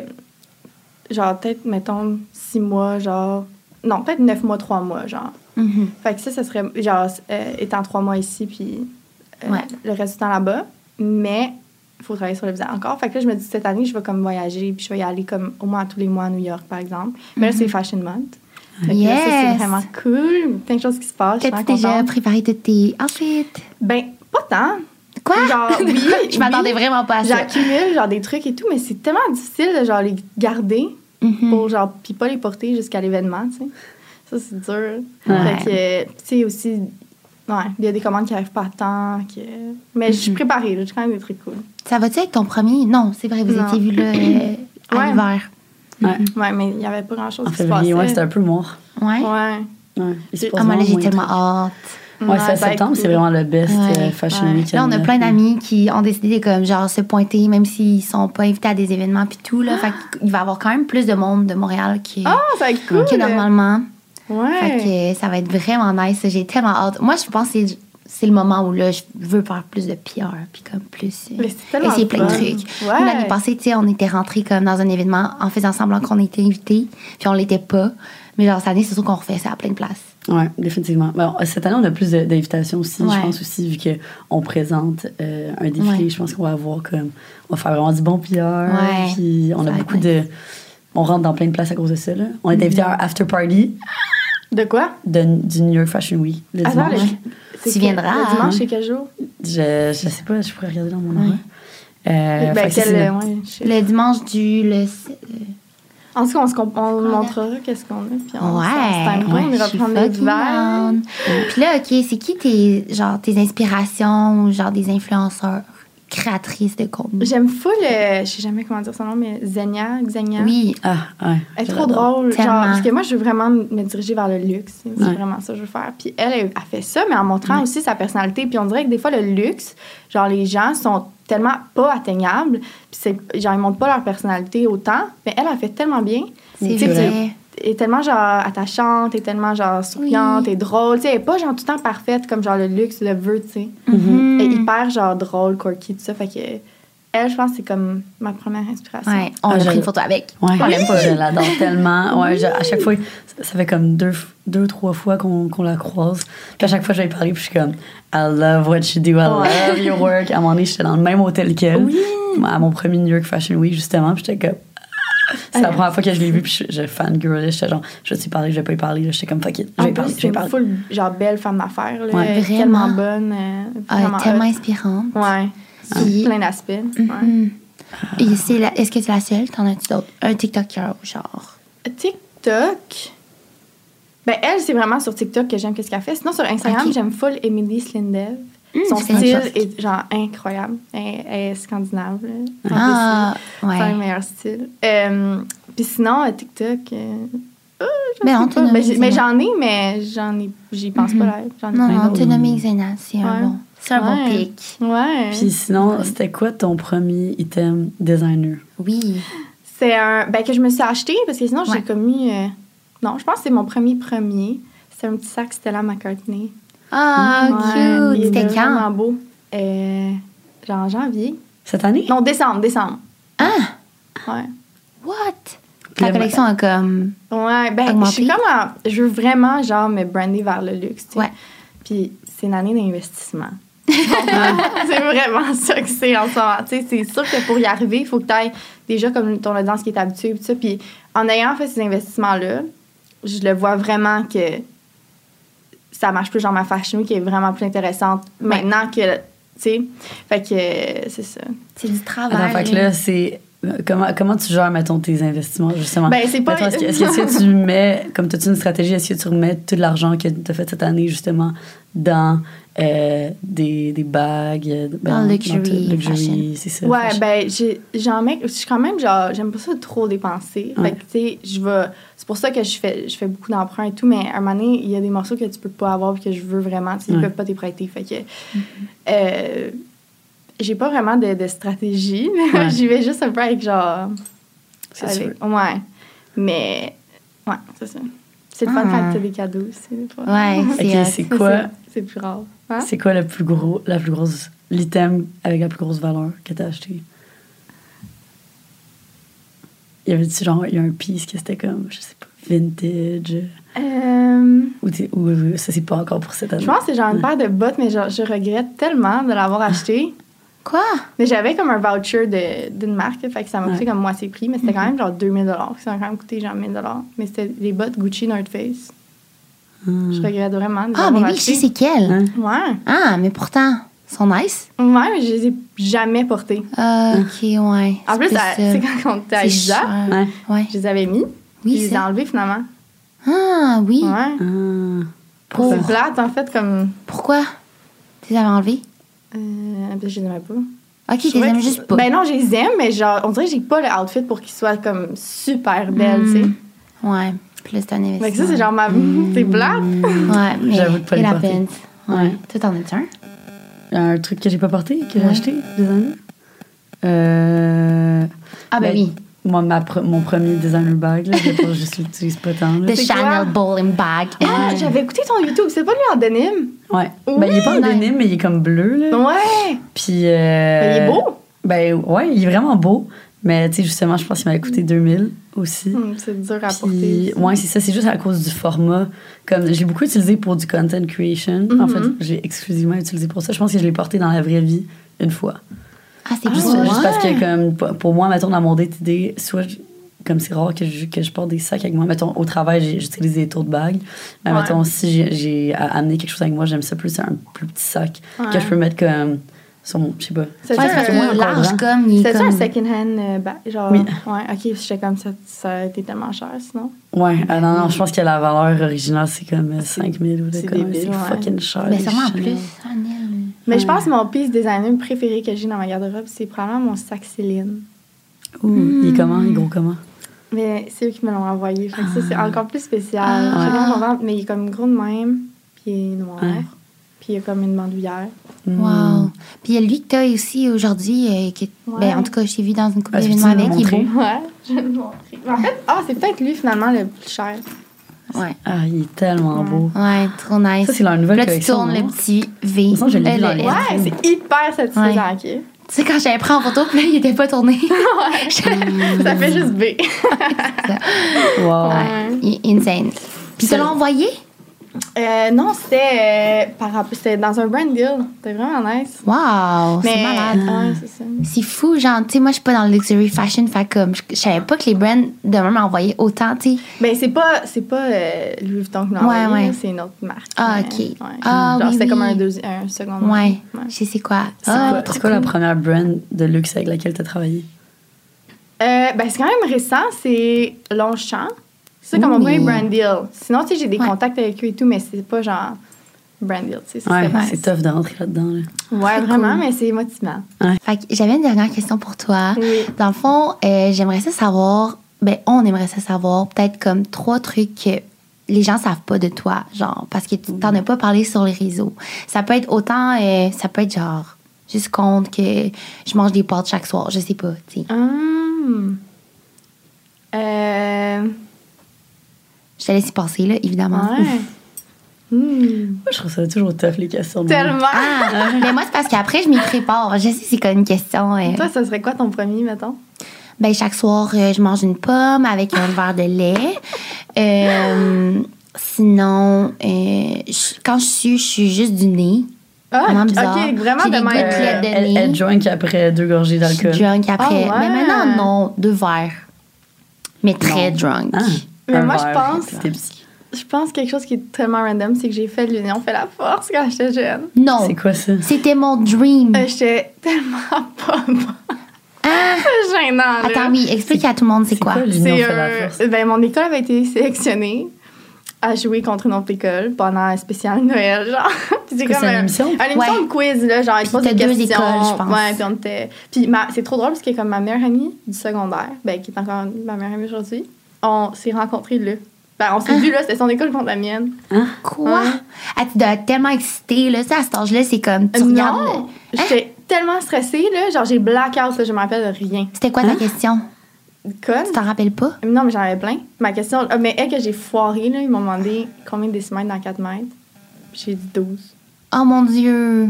Speaker 1: genre peut-être mettons six mois genre non peut-être neuf mois trois mois genre
Speaker 3: Mhm.
Speaker 1: fait que ça ça serait genre euh, étant trois mois ici puis euh,
Speaker 3: Ouais.
Speaker 1: le reste du temps là-bas mais il faut travailler sur le visa encore fait que là je me dis cette année je vais comme voyager puis je vais y aller comme au moins tous les mois à New York par exemple mais là c'est Fashion Month Fait que là, ça c'est
Speaker 3: Yes!
Speaker 1: vraiment cool plein de choses qui se passent je suis
Speaker 3: T'as-tu
Speaker 1: vraiment
Speaker 3: déjà
Speaker 1: contente.
Speaker 3: préparé tous tes outfits?
Speaker 1: ben pas tant
Speaker 3: Quoi?
Speaker 1: Genre, oui,
Speaker 3: je m'attendais
Speaker 1: oui.
Speaker 3: vraiment pas à ça.
Speaker 1: J'accumule genre des trucs et tout, mais c'est tellement difficile de genre les garder
Speaker 3: Mhm.
Speaker 2: Mm.
Speaker 1: pour genre puis pas les porter jusqu'à l'événement, tu sais. Ça c'est dur.
Speaker 3: Ouais.
Speaker 1: Fait que tu sais aussi ouais, il y a des commandes qui arrivent pas à temps que mais
Speaker 2: Mm-hmm.
Speaker 1: je suis préparée, là, j'ai quand même des trucs cool.
Speaker 3: Ça va-tu être ton premier? Non, c'est vrai, vous
Speaker 1: Non.
Speaker 3: étiez vu là euh, à
Speaker 1: Ouais.
Speaker 3: l'hiver.
Speaker 2: Ouais.
Speaker 1: Ouais, mais il y avait pas grand-chose
Speaker 2: En
Speaker 1: qui se
Speaker 2: février,
Speaker 1: passait.
Speaker 2: ouais, c'était un peu noir.
Speaker 3: Ouais.
Speaker 1: Ouais.
Speaker 2: Ouais. Il se
Speaker 1: Ah,
Speaker 2: passe
Speaker 3: Ah, moi, là,
Speaker 2: vraiment
Speaker 3: j'ai
Speaker 2: moins de
Speaker 3: tellement
Speaker 2: trucs.
Speaker 3: hâte. ben,
Speaker 2: Ouais, c'est à
Speaker 1: ça va être
Speaker 2: septembre, c'est
Speaker 1: cool.
Speaker 2: vraiment le best
Speaker 3: Ouais.
Speaker 2: euh, fashion
Speaker 1: Ouais.
Speaker 2: week.
Speaker 3: Là, on a plein d'amis qui ont décidé de comme, genre, se pointer, même s'ils sont pas invités à des événements puis tout. Là, fait qu'il va y avoir quand même plus de monde de Montréal qui,
Speaker 1: Ah, ça va être cool.
Speaker 3: que normalement. Fait
Speaker 1: Ouais.
Speaker 3: que ça va être vraiment nice. J'ai tellement hâte. Moi, je pense que c'est- c'est le moment où là, je veux faire plus de PR puis comme plus euh,
Speaker 1: Mais c'est tellement
Speaker 3: essayer plein de
Speaker 1: fun.
Speaker 3: trucs.
Speaker 1: Ouais.
Speaker 3: Nous, L'année passée, tu sais, on était rentrés comme dans un événement en faisant semblant qu'on était invités puis on l'était pas. Mais genre, cette année, c'est sûr qu'on refait ça à plein de places.
Speaker 2: Oui, définitivement. Ben, cette année, on a plus de- d'invitations aussi,
Speaker 3: Ouais.
Speaker 2: je pense aussi, vu qu'on présente euh, un défilé.
Speaker 3: Ouais.
Speaker 2: Je pense qu'on va avoir comme. On va faire vraiment du bon pilleur.
Speaker 3: Ouais.
Speaker 2: Puis on
Speaker 3: Ça
Speaker 2: a
Speaker 3: va être
Speaker 2: beaucoup
Speaker 3: nice. Mm-hmm.
Speaker 2: de. On rentre dans plein de places à cause de ça. Là. On est invité à un after party
Speaker 1: De quoi
Speaker 2: de, du New York Fashion Week le
Speaker 3: Ah,
Speaker 1: Attends,
Speaker 2: dimanche.
Speaker 1: le- c'est
Speaker 3: Tu
Speaker 1: que-
Speaker 3: viendras,
Speaker 1: Le dimanche,
Speaker 2: hein?
Speaker 1: c'est quel jour
Speaker 2: Je, je sais pas, je pourrais regarder dans mon horaire. Euh, fait
Speaker 1: Ben
Speaker 2: que ça,
Speaker 1: quel
Speaker 2: c'est notre-
Speaker 1: ouais, je sais.
Speaker 3: Le dimanche du. Le, euh,
Speaker 1: En tout cas, on, se comp- on
Speaker 3: Voilà.
Speaker 1: montrera qu'est-ce qu'on a, puis on
Speaker 3: Ouais,
Speaker 1: s'installera, on
Speaker 3: je
Speaker 1: ira
Speaker 3: suis
Speaker 1: prendre des
Speaker 3: fucking
Speaker 1: verres.
Speaker 3: down. Puis là, OK, c'est qui tes, genre, tes inspirations ou genre des influenceurs, créatrices de contenu?
Speaker 1: J'aime fou le... Je sais jamais comment dire son nom, mais Xenia, Xenia.
Speaker 3: Oui.
Speaker 2: Ah, ouais.
Speaker 1: Elle est
Speaker 2: je
Speaker 1: trop
Speaker 2: l'adore.
Speaker 1: drôle. Genre,
Speaker 3: Tellement.
Speaker 1: parce que moi, je veux vraiment me diriger vers le luxe. C'est
Speaker 2: Ouais.
Speaker 1: vraiment ça que je veux faire. Puis elle, elle a fait ça, mais en montrant aussi sa personnalité. Puis on dirait que des fois, le luxe, genre, les gens sont tellement pas atteignables. Puis c'est, genre, ils montrent pas leur personnalité autant. Mais elle, elle fait tellement bien.
Speaker 3: C'est
Speaker 1: Tu sais,
Speaker 3: vrai.
Speaker 1: puis Elle est tellement, genre, attachante, elle est tellement, genre, souriante,
Speaker 3: Oui.
Speaker 1: elle est drôle. Tu sais, elle est pas, genre, tout le temps parfaite comme, genre, le luxe le veut, tu sais.
Speaker 3: Mhm.
Speaker 1: Elle est hyper, genre, drôle, quirky, tout ça. Fait que elle, je pense, que c'est comme ma première inspiration.
Speaker 3: Ouais, on
Speaker 2: Ah,
Speaker 3: a
Speaker 2: je-
Speaker 3: pris une photo avec.
Speaker 2: Ouais,
Speaker 3: On l'aime pas.
Speaker 2: je l'adore tellement. Ouais, je- à chaque fois, ça- ça fait comme deux, f- deux trois fois qu'on qu'on la croise. Puis à chaque fois, je vais lui parler, puis je suis comme I love what you do, I
Speaker 1: Ouais.
Speaker 2: love your work. À un moment donné, j'étais dans le même hôtel qu'elle.
Speaker 1: Oui.
Speaker 2: À mon premier New York Fashion Week, justement, puis j'étais comme. Ah! C'est la
Speaker 1: Ah,
Speaker 2: première fois que je l'ai vue, puis je, je fangirlais. J'étais genre, je vais-tu y parler, je vais pas y parler. là. J'étais comme fuck it, je
Speaker 1: En
Speaker 2: vais y
Speaker 1: plus,
Speaker 2: parler, je
Speaker 1: c'est
Speaker 2: vais y
Speaker 1: une
Speaker 2: parler.
Speaker 1: full, genre, belle femme d'affaires. là.
Speaker 2: Ouais.
Speaker 1: Elle est
Speaker 3: Vraiment.
Speaker 1: Tellement bonne. euh,
Speaker 3: Ah,
Speaker 1: vraiment
Speaker 3: tellement
Speaker 1: hot.
Speaker 3: inspirante.
Speaker 1: Ouais. Sur
Speaker 3: Puis-
Speaker 1: plein d'aspects. ouais.
Speaker 3: Mhm. Et c'est la- Est-ce que c'est la seule? T'en as-tu d'autres? Un TikToker, genre.
Speaker 1: Euh, TikTok. Ben, elle, c'est vraiment sur TikTok que j'aime qu'est-ce qu'elle fait. Sinon, sur Instagram,
Speaker 3: Ok. Hmm,
Speaker 1: j'aime full Emily Slindev. Son
Speaker 3: c'est une
Speaker 1: style
Speaker 3: chose.
Speaker 1: est genre incroyable. Elle, elle est scandinave. là. En
Speaker 3: Ah,
Speaker 1: plus, C'est
Speaker 3: ouais.
Speaker 1: un meilleur style. Euh, Puis sinon, euh, TikTok. euh, ah, je
Speaker 3: Mais
Speaker 1: sais
Speaker 3: on
Speaker 1: pas.
Speaker 3: t'en a
Speaker 1: Ben, j'ai-
Speaker 3: dit
Speaker 1: mais
Speaker 3: non.
Speaker 1: j'en ai, mais j'en ai, j'y pense pas là. J'en ai
Speaker 3: Mm-hmm. Non,
Speaker 1: plein
Speaker 3: non,
Speaker 1: d'autres.
Speaker 3: autonomie Xena, c'est un
Speaker 1: Ouais.
Speaker 3: bon. C'est un bon
Speaker 1: Ouais.
Speaker 3: pic.
Speaker 1: Ouais.
Speaker 2: Puis sinon, c'était quoi ton premier item designer?
Speaker 3: Oui.
Speaker 1: C'est un. Ben, que je me suis acheté parce que sinon,
Speaker 3: Ouais.
Speaker 1: j'ai commis. euh, Non, je pense que c'est mon premier premier. C'est un petit sac Stella McCartney.
Speaker 3: Ah,
Speaker 1: Ouais, il
Speaker 3: cute.
Speaker 1: était
Speaker 3: C'était
Speaker 1: vraiment
Speaker 3: quand?
Speaker 1: beau. Euh, genre en janvier.
Speaker 2: Cette année?
Speaker 1: Non, décembre, décembre.
Speaker 3: Ah,
Speaker 1: Ouais.
Speaker 3: what? Ta
Speaker 2: le-
Speaker 3: collection a comme.
Speaker 1: Ouais, ben, je
Speaker 3: Augmenter.
Speaker 1: suis comme en- Je veux vraiment, genre, me brander vers le luxe, tu sais.
Speaker 3: Ouais.
Speaker 1: Puis c'est une année d'investissement. c'est vraiment ça que c'est en ce moment. Tu sais, c'est sûr que pour y arriver, il faut que tu ailles déjà comme ton audience qui est habituée. Puis, tout ça. Puis en ayant fait ces investissements-là, je le vois vraiment que ça marche plus, genre ma fashion qui est vraiment plus intéressante maintenant que. Tu sais, fait que euh, c'est ça.
Speaker 3: C'est du travail.
Speaker 1: Ah,
Speaker 2: Attends, fait que là, c'est. euh, Comment, comment tu gères, mettons, tes investissements, justement?
Speaker 1: Ben, c'est pas-
Speaker 2: Mettons, Est-ce que, est-ce que- est-ce que tu mets, comme as-tu une stratégie, est-ce que tu remets tout l'argent que tu as fait cette année, justement, dans euh, des, des bagues? euh,
Speaker 3: Dans le luxury,
Speaker 2: tout-
Speaker 3: fashion.
Speaker 2: luxury, c'est ça.
Speaker 1: Ouais,
Speaker 2: fashion.
Speaker 1: ben, j'ai- j'en mets. Je suis quand même, genre, j'aime pas ça trop dépenser.
Speaker 2: Ouais.
Speaker 1: Fait que, tu sais, je vais. C'est pour ça que je fais, je fais beaucoup d'emprunts et tout, mais à un moment donné, il y a des morceaux que tu peux pas avoir et que je veux vraiment. Tu sais, ils
Speaker 2: Ouais. Mm-hmm.
Speaker 1: peuvent pas t'y prêter. Fait que. euh, j'ai pas vraiment de, de stratégie.
Speaker 2: Ouais.
Speaker 1: J'y vais juste un peu avec, genre.
Speaker 2: C'est
Speaker 1: avec- Ouais. Mais. Ouais, c'est ça. C'est le fun
Speaker 3: Ah.
Speaker 1: quand t'as des cadeaux aussi, des fois.
Speaker 3: Ouais,
Speaker 2: Ok,
Speaker 3: c'est. euh,
Speaker 2: c'est
Speaker 1: Ça,
Speaker 2: quoi,
Speaker 1: c'est- C'est plus rare. Hein?
Speaker 2: c'est quoi le plus gros, la plus grosse, l'item avec la plus grosse valeur que tu as acheté? Y avait-tu genre, il y a un piece que c'était comme, je sais pas, vintage?
Speaker 1: Euh,
Speaker 2: Ou, t'es- ou, euh, ça, c'est pas encore pour cette année?
Speaker 1: Je pense que c'est genre une paire de bottes, mais genre, je regrette tellement de l'avoir acheté.
Speaker 3: Quoi?
Speaker 1: Mais j'avais comme un voucher de- d'une marque, fait que ça m'a coûté
Speaker 2: Ouais.
Speaker 1: comme moitié prix, mais c'était
Speaker 3: Mhm.
Speaker 1: quand même genre 2000 Ça m'a quand même coûté genre 1000 Mais c'était les bottes Gucci North Face.
Speaker 2: Hmm.
Speaker 1: Je regrette vraiment de les
Speaker 3: Ah,
Speaker 1: avoir
Speaker 3: mais oui, je sais
Speaker 1: achetées.
Speaker 3: c'est quelle.
Speaker 2: Hein?
Speaker 1: Ouais.
Speaker 3: Ah, mais pourtant, ils sont nice.
Speaker 1: Ouais, mais je les ai jamais portées.
Speaker 3: Ah, ok, ouais.
Speaker 1: Hein? En plus,
Speaker 3: ça-
Speaker 1: à- c'est quand on était à
Speaker 3: c'est
Speaker 1: Isa,
Speaker 3: cher.
Speaker 2: Ouais.
Speaker 3: Ouais.
Speaker 1: je les avais mis, puis
Speaker 3: Oui,
Speaker 1: je les
Speaker 3: c'est.
Speaker 1: ai enlevés finalement.
Speaker 3: Ah, oui. Oh.
Speaker 1: Ouais.
Speaker 2: Ah.
Speaker 3: Pour-
Speaker 1: C'est plate, en fait, comme.
Speaker 3: Pourquoi? Tu les avais enlevés?
Speaker 1: Euh, parce que je les aimais pas.
Speaker 3: Ok, tu
Speaker 1: Je
Speaker 3: les
Speaker 1: trouvais
Speaker 3: aimes
Speaker 1: que-
Speaker 3: juste pas.
Speaker 1: Ben non, je les aime, mais genre, on dirait que j'ai pas le outfit pour qu'ils soient comme super belles, tu sais.
Speaker 3: Ouais, plus Mm. c'est un investissement.
Speaker 1: Fait que ça, c'est genre ma. C'est plate.
Speaker 2: Hmm.
Speaker 3: Ouais, mais
Speaker 2: J'avoue de pas
Speaker 3: et
Speaker 2: les
Speaker 3: la
Speaker 2: porter.
Speaker 3: peine.
Speaker 2: Ouais.
Speaker 3: Ouais. Toi, t'en as un?
Speaker 2: Un truc que j'ai pas porté, que j'ai
Speaker 3: Ouais.
Speaker 2: acheté, designer. Euh...
Speaker 3: Ah, ben oui.
Speaker 2: Moi, ma pre- mon premier designer bag, là, je le- je l'utilise pas tant. là.
Speaker 3: The
Speaker 1: C'est
Speaker 3: Chanel
Speaker 1: quoi?
Speaker 3: Bowling Bag.
Speaker 2: Euh.
Speaker 1: Ah, j'avais écouté ton YouTube, c'est pas lui en denim?
Speaker 2: Ouais. Ben, il est pas en
Speaker 3: Oui.
Speaker 2: denim, mais il est comme bleu, là.
Speaker 1: Ouais!
Speaker 2: Puis. euh,
Speaker 1: Mais il est beau.
Speaker 2: Ben, ouais, il est vraiment beau. Mais, tu sais, justement, je pense qu'il m'avait coûté 2000 aussi.
Speaker 1: Hum, c'est dur à
Speaker 2: Puis,
Speaker 1: porter.
Speaker 2: ouais, c'est ça, c'est juste à cause du format. Comme, j'ai beaucoup utilisé pour du content creation. En
Speaker 1: Mhm.
Speaker 2: fait, j'ai exclusivement utilisé pour ça. Je pense que je l'ai porté dans la vraie vie une fois.
Speaker 3: Ah, c'est
Speaker 2: Juste,
Speaker 3: cool.
Speaker 1: ouais.
Speaker 2: juste parce que, comme, pour- pour moi, mettons, dans mon DTD, soit je- comme c'est rare que je, que je porte des sacs avec moi, mettons, au travail, j'ai- j'utilise des tote bags. Mais
Speaker 1: Ouais.
Speaker 2: mettons, si j'ai- j'ai à- amené quelque chose avec moi, j'aime ça plus un plus petit sac que
Speaker 1: Ouais.
Speaker 2: je peux mettre comme. Sur mon, je sais pas.
Speaker 1: C'est
Speaker 3: Ouais,
Speaker 1: sûr,
Speaker 3: c'est parce
Speaker 1: euh,
Speaker 3: que large
Speaker 2: grand.
Speaker 3: comme il est
Speaker 1: C'était
Speaker 3: comme...
Speaker 1: un second hand euh, ba- genre
Speaker 2: Oui.
Speaker 1: ouais ok j'étais comme ça ça a été tellement cher sinon
Speaker 2: Ouais, ah non, non, je pense que la valeur originale, c'est comme euh, 5000 ou de
Speaker 1: Mm. c'est
Speaker 2: quoi.
Speaker 1: débile,
Speaker 2: C'est
Speaker 1: ouais.
Speaker 2: fucking cher.
Speaker 3: Mais
Speaker 2: les
Speaker 3: sûrement en
Speaker 2: Chanel.
Speaker 3: plus. Ah, Neil.
Speaker 1: mais je
Speaker 2: Ouais.
Speaker 1: pense que mon piece designer préféré que j'ai dans ma garde-robe c'est probablement mon sac Céline
Speaker 2: Ouh,
Speaker 1: Mm.
Speaker 2: il est comment? Il est gros comment?
Speaker 1: mais c'est eux qui me l'ont envoyé fait que ça c'est encore plus spécial
Speaker 3: Ah.
Speaker 1: J'ai vraiment content, mais il est comme gros de même puis il est noir
Speaker 2: Ouais.
Speaker 1: puis il a comme une bandoulière
Speaker 2: Mm.
Speaker 3: Wow. Hmm. Puis il y a lui que t'as aussi aujourd'hui. euh, qui est-
Speaker 1: Ouais.
Speaker 3: ben, en tout cas, je t'ai vu dans une coupe
Speaker 2: Ah, je peux-tu
Speaker 3: d'événements
Speaker 2: le
Speaker 3: avec. Il est
Speaker 2: montrer?
Speaker 3: beau.
Speaker 1: ouais je vais le montrer en fait ah c'est peut-être lui finalement le plus cher
Speaker 3: Ouais.
Speaker 2: Ah, il est tellement
Speaker 1: Ouais.
Speaker 2: beau.
Speaker 3: Ouais, trop nice.
Speaker 2: Ça, c'est leur nouvelle
Speaker 3: Là, tu
Speaker 2: collection,
Speaker 3: tournes
Speaker 2: non?
Speaker 3: le petit V.
Speaker 2: De toute façon, je l'ai
Speaker 3: Euh,
Speaker 2: vu dans
Speaker 3: le-
Speaker 2: les-
Speaker 3: Tu
Speaker 1: ouais c'est hyper satisfaisant ok
Speaker 3: sais, quand j'avais pris en photo, puis là, il était pas tourné.
Speaker 1: ça fait juste B
Speaker 2: Wow.
Speaker 1: Ouais.
Speaker 3: Ouais, il est insane. Puis ils te l'ont envoyé?
Speaker 1: Euh, non, c'était euh, par rapport- c'était dans un brand deal. C'était vraiment nice. ah,
Speaker 3: Wow, Oh, c'est malade.
Speaker 1: Ouais, c'est ça.
Speaker 3: C'est fou, genre, tu sais, moi, je suis pas dans le luxury fashion, fait comme, je je savais pas que les brands de même envoyaient autant, tu sais.
Speaker 1: Ben c'est pas c'est pas euh, Louis Vuitton qui l'a
Speaker 3: Ouais,
Speaker 1: envoyé,
Speaker 3: ouais.
Speaker 1: là, c'est une autre marque.
Speaker 3: Ah,
Speaker 1: mais,
Speaker 3: ok.
Speaker 1: ouais.
Speaker 3: Ah,
Speaker 1: Genre
Speaker 3: oui,
Speaker 1: c'était
Speaker 3: oui.
Speaker 1: comme un deuxième un second.
Speaker 3: Ouais,
Speaker 1: ouais.
Speaker 3: je sais quoi. Ah,
Speaker 2: C'est quoi, c'est quoi la première brand de luxe avec laquelle tu as travaillé?
Speaker 1: Euh, ben c'est quand même récent, c'est Longchamp. C'est ça comme on
Speaker 3: Oh, Oui.
Speaker 1: voit les brand deal. Sinon tu sais j'ai des
Speaker 3: Ouais.
Speaker 1: contacts avec eux et tout mais c'est pas genre brand deal, tu sais c'est
Speaker 2: Ouais,
Speaker 1: vraiment-
Speaker 2: c'est tough de rentrer là-dedans. là.
Speaker 1: Ouais,
Speaker 3: Très
Speaker 1: vraiment
Speaker 3: cool.
Speaker 1: mais c'est motivant.
Speaker 3: Fait que j'avais une dernière question pour toi.
Speaker 1: Oui.
Speaker 3: Dans le fond, euh, j'aimerais ça savoir, ben, on aimerait ça savoir, peut-être comme trois trucs que les gens savent pas de toi, genre, parce que tu t'en as pas parlé sur les réseaux. Ça peut être autant, euh, ça peut être genre, juste compte que je mange des pâtes chaque soir, je sais pas, tu sais.
Speaker 1: Ah. Hum. Euh
Speaker 3: Je te laisse y passer, là, évidemment.
Speaker 1: ouais.
Speaker 3: Hmm.
Speaker 1: Hum.
Speaker 2: Moi, je trouve ça toujours tough, les questions. de
Speaker 1: Tellement.
Speaker 3: ben, Ah, mais moi, c'est parce qu'après, je m'y prépare. Je sais c'est comme une question. euh,
Speaker 1: Toi, ça serait quoi ton premier, mettons?
Speaker 3: ben chaque soir, euh, je mange une pomme avec un verre de lait. Euh, sinon, euh, je- quand je suis, je suis juste du nez.
Speaker 1: Ah,
Speaker 3: Vraiment
Speaker 1: ok,
Speaker 3: bizarre.
Speaker 1: vraiment
Speaker 3: J'ai des
Speaker 1: de même.
Speaker 3: gouttelettes de
Speaker 2: Euh, Elle,
Speaker 3: nez.
Speaker 2: elle drunk après deux gorgées
Speaker 3: Je suis
Speaker 2: d'alcool.
Speaker 3: drunk après.
Speaker 1: Ah ouais?
Speaker 3: Mais maintenant, non, deux verres. Mais très
Speaker 2: Non.
Speaker 3: drunk.
Speaker 2: Ah,
Speaker 1: Mais
Speaker 2: un
Speaker 1: moi, je
Speaker 2: verre,
Speaker 1: pense-
Speaker 2: puis tipsy.
Speaker 1: Je pense quelque chose qui est tellement random, c'est que j'ai fait l'union fait la force quand j'étais jeune.
Speaker 3: Non,
Speaker 2: C'est quoi ça?
Speaker 3: c'était mon dream.
Speaker 1: Euh, j'étais tellement pas bonne.
Speaker 3: Ah,
Speaker 1: gênant, là.
Speaker 3: attends, oui, explique à tout le monde c'est quoi.
Speaker 2: l'union
Speaker 1: C'est
Speaker 2: fait la
Speaker 1: un-
Speaker 2: force?
Speaker 1: ben, mon école avait été sélectionnée à jouer contre une autre école pendant un spécial Noël, genre. Puis c'est
Speaker 2: Quoi, c'est
Speaker 1: comme
Speaker 2: une
Speaker 1: un-
Speaker 2: émission?
Speaker 1: Une émission
Speaker 3: Ouais.
Speaker 1: de quiz, là, genre, ils
Speaker 3: Puis
Speaker 1: posent des
Speaker 3: t'as deux
Speaker 1: questions.
Speaker 3: écoles, je pense.
Speaker 1: Ouais, puis on était... Puis ma- c'est trop drôle parce que comme ma meilleure amie du secondaire, ben, qui est encore ma meilleure amie aujourd'hui, on s'est rencontrés là. Ben, on s'est
Speaker 3: Ah.
Speaker 1: vus là, c'était son école contre la mienne.
Speaker 3: Quoi?
Speaker 1: Hein?
Speaker 3: Ah, tu dois être tellement excitée, là. Tu sais, à cet âge-là, c'est comme, tu
Speaker 1: non!
Speaker 3: regardes. le- Hein?
Speaker 1: J'étais tellement stressée, là, genre, j'ai blackout, là, je me rappelle de rien.
Speaker 3: C'était
Speaker 2: Hein?
Speaker 3: quoi ta question?
Speaker 1: Conne?
Speaker 3: Tu t'en rappelles pas?
Speaker 1: Non, mais j'en avais plein. Ma question, ah, mais elle que j'ai foiré, là, ils m'ont demandé combien de décimètres dans 4 mètres. Puis J'ai dit 12.
Speaker 3: Oh mon Dieu!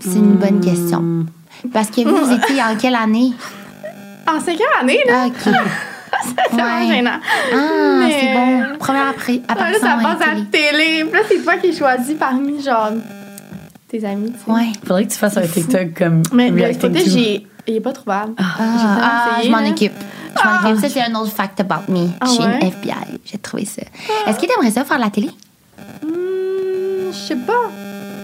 Speaker 3: C'est une
Speaker 1: Hmm.
Speaker 3: bonne question.
Speaker 2: Hum.
Speaker 3: Parce que vous, vous étiez en quelle année?
Speaker 1: En cinquième année,
Speaker 3: Ah,
Speaker 1: là,
Speaker 3: OK.
Speaker 1: c'est vraiment
Speaker 3: ouais.
Speaker 1: gênant.
Speaker 3: Ah,
Speaker 1: Mais-
Speaker 3: c'est bon. Première après,
Speaker 1: Ah, là,
Speaker 3: apparition
Speaker 1: ça
Speaker 3: à la
Speaker 1: passe à la
Speaker 3: télé.
Speaker 1: télé. Puis là, c'est toi qui choisis parmi, genre, tes amis. tu sais.
Speaker 3: Ouais.
Speaker 2: Faudrait que tu fasses un TikTok comme
Speaker 1: Mais le
Speaker 2: reacting
Speaker 1: footage,
Speaker 2: to.
Speaker 1: j'ai- il est pas trouvable.
Speaker 3: Ah, ah,
Speaker 1: essayé,
Speaker 3: je m'en
Speaker 1: là.
Speaker 3: occupe. Je m'en occupe. Ça, c'est un autre fact about me.
Speaker 1: Ah
Speaker 3: Chez
Speaker 1: ouais?
Speaker 3: une FBI. J'ai trouvé ça. Est-ce que t'aimerais ça faire la télé?
Speaker 1: Hmm, je sais pas.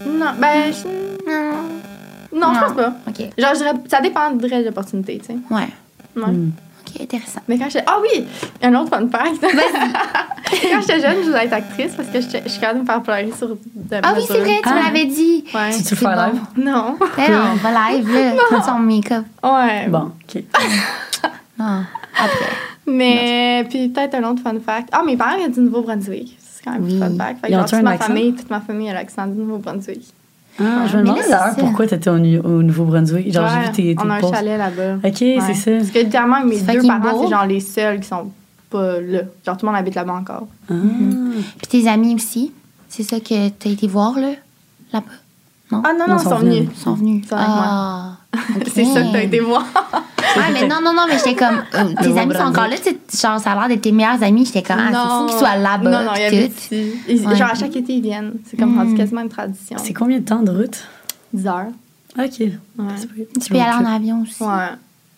Speaker 1: Non, ben, je-
Speaker 3: Hmm. Non.
Speaker 1: Hmm. non, je pense pas.
Speaker 3: OK.
Speaker 1: Genre, je dirais, ça dépendrait de l'opportunité, tu sais.
Speaker 3: Ouais. Hmm.
Speaker 1: Ouais.
Speaker 3: OK, intéressant.
Speaker 1: Mais quand j'étais. Ah oui! Un autre fun fact. quand j'étais jeune, je voulais être actrice parce que j'étais- je suis capable de me faire pleurer sur. de
Speaker 3: Ah oui,
Speaker 1: mesure.
Speaker 3: c'est vrai, tu
Speaker 2: Ah.
Speaker 3: me l'avais dit.
Speaker 1: Ouais.
Speaker 2: Si tu le
Speaker 3: C'est
Speaker 2: fais
Speaker 3: bon.
Speaker 2: live.
Speaker 1: Non.
Speaker 3: Mais non, on va live, là. Prends son make-up.
Speaker 1: Ouais.
Speaker 2: Bon, ok. Ah,
Speaker 3: Non. Après.
Speaker 1: Mais. Puis peut-être un autre fun fact. Ah, mes parents viennent du Nouveau-Brunswick. C'est quand même
Speaker 3: Oui.
Speaker 1: un fun fact. Fait que
Speaker 2: Ils ont
Speaker 1: genre,
Speaker 2: un
Speaker 1: toute ma
Speaker 2: accent?
Speaker 1: famille, toute ma famille a l'accent du Nouveau-Brunswick.
Speaker 2: Ah, je
Speaker 3: Mais
Speaker 2: me
Speaker 3: là,
Speaker 2: demandais
Speaker 3: c'est
Speaker 2: d'ailleurs
Speaker 3: ça.
Speaker 2: pourquoi t'étais au, Nu- au Nouveau-Brunswick. Genre, j'ai
Speaker 1: Ouais,
Speaker 2: vu tes, tes
Speaker 1: On a un
Speaker 2: posts.
Speaker 1: chalet là-bas.
Speaker 2: Ok,
Speaker 1: Ouais.
Speaker 2: c'est
Speaker 1: Parce
Speaker 2: ça.
Speaker 1: que littéralement, mes
Speaker 3: C'est
Speaker 1: deux
Speaker 3: fucking
Speaker 1: parents,
Speaker 3: beau.
Speaker 1: c'est genre les seuls qui sont pas là. Genre, tout le monde habite là-bas encore.
Speaker 2: Ah.
Speaker 1: Mhm.
Speaker 3: Puis tes amis aussi. C'est ça que t'as été voir, là? Là-bas? Non?
Speaker 1: Ah non,
Speaker 2: Non,
Speaker 1: non,
Speaker 2: ils
Speaker 1: ils
Speaker 2: sont
Speaker 1: sont
Speaker 2: venus.
Speaker 1: venus.
Speaker 3: Ils sont venus. Ah.
Speaker 1: Ils sont avec
Speaker 3: ok.
Speaker 1: C'est ça que t'as été voir.
Speaker 3: Ah, mais non, non, non, mais j'étais comme. euh, tes
Speaker 2: Le
Speaker 3: amis sont encore là, tu sais, genre, ça a l'air d'être tes meilleurs amis. J'étais comme, ah, c'est fou qu'ils soient là-bas.
Speaker 1: Non, non, il y
Speaker 3: puis
Speaker 1: avait
Speaker 3: tout.
Speaker 1: ici. Ils-
Speaker 3: Ouais.
Speaker 1: Genre, à chaque été, ils viennent. C'est comme rendu
Speaker 3: Mm.
Speaker 1: quasiment une tradition.
Speaker 2: C'est combien de temps de route?
Speaker 1: 10 heures.
Speaker 2: Ok.
Speaker 1: Ouais.
Speaker 3: Tu peux y aller en avion aussi. Ouais,
Speaker 1: Ouais.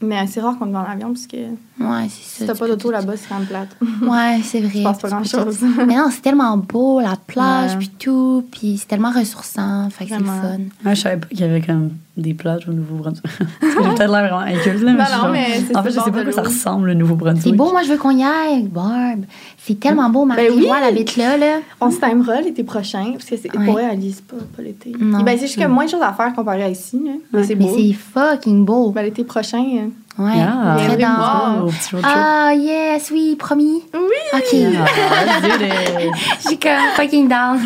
Speaker 1: Mais c'est rare qu'on va dans l'avion parce que
Speaker 3: c'est ça.
Speaker 1: si
Speaker 3: tu
Speaker 1: t'as pas
Speaker 3: peux
Speaker 1: d'auto
Speaker 3: tout-
Speaker 1: là-bas, c'est quand même plate.
Speaker 3: Ouais, c'est vrai.
Speaker 1: Je pense pas
Speaker 3: Tu peux
Speaker 1: grand-chose.
Speaker 3: tout- Mais non, c'est tellement beau, la plage,
Speaker 1: Ouais.
Speaker 3: puis tout, puis c'est tellement ressourçant. Fait que c'est le
Speaker 1: Vraiment.
Speaker 3: fun.
Speaker 2: Ouais, Ah, je savais pas qu'il y avait comme des plages au Nouveau-Brunswick. J'ai peut-être l'air vraiment inculte, là, mais
Speaker 1: Non,
Speaker 2: je suis
Speaker 1: non,
Speaker 2: genre-
Speaker 1: mais c'est
Speaker 2: En fait,
Speaker 1: sur
Speaker 2: je sais
Speaker 1: le bord
Speaker 2: pas à
Speaker 1: de
Speaker 2: quoi ça
Speaker 1: l'eau.
Speaker 2: ressemble, le Nouveau-Brunswick.
Speaker 3: C'est beau, moi, je veux qu'on y aille, Barb. C'est tellement beau, marie
Speaker 1: Ben oui.
Speaker 3: elle habite là, là.
Speaker 1: On se timera l'été prochain parce que c'est
Speaker 3: Ouais.
Speaker 1: pour eux, elle lise pas, pas l'été.
Speaker 3: Non.
Speaker 1: Ben, c'est juste qu'il y a moins de choses à faire comparé à ici. là. Mais c'est
Speaker 3: Mais
Speaker 1: beau.
Speaker 3: c'est fucking beau.
Speaker 1: Ben, l'été prochain. euh,
Speaker 3: Ouais.
Speaker 2: Yeah.
Speaker 3: Très
Speaker 1: Viendrez me
Speaker 3: dense.
Speaker 1: voir.
Speaker 2: Oh, petit road trip.
Speaker 3: Ah, yes, oui, promis.
Speaker 1: Oui!
Speaker 3: OK.
Speaker 2: Ah, vas-y, les-
Speaker 3: J'ai comme fucking down.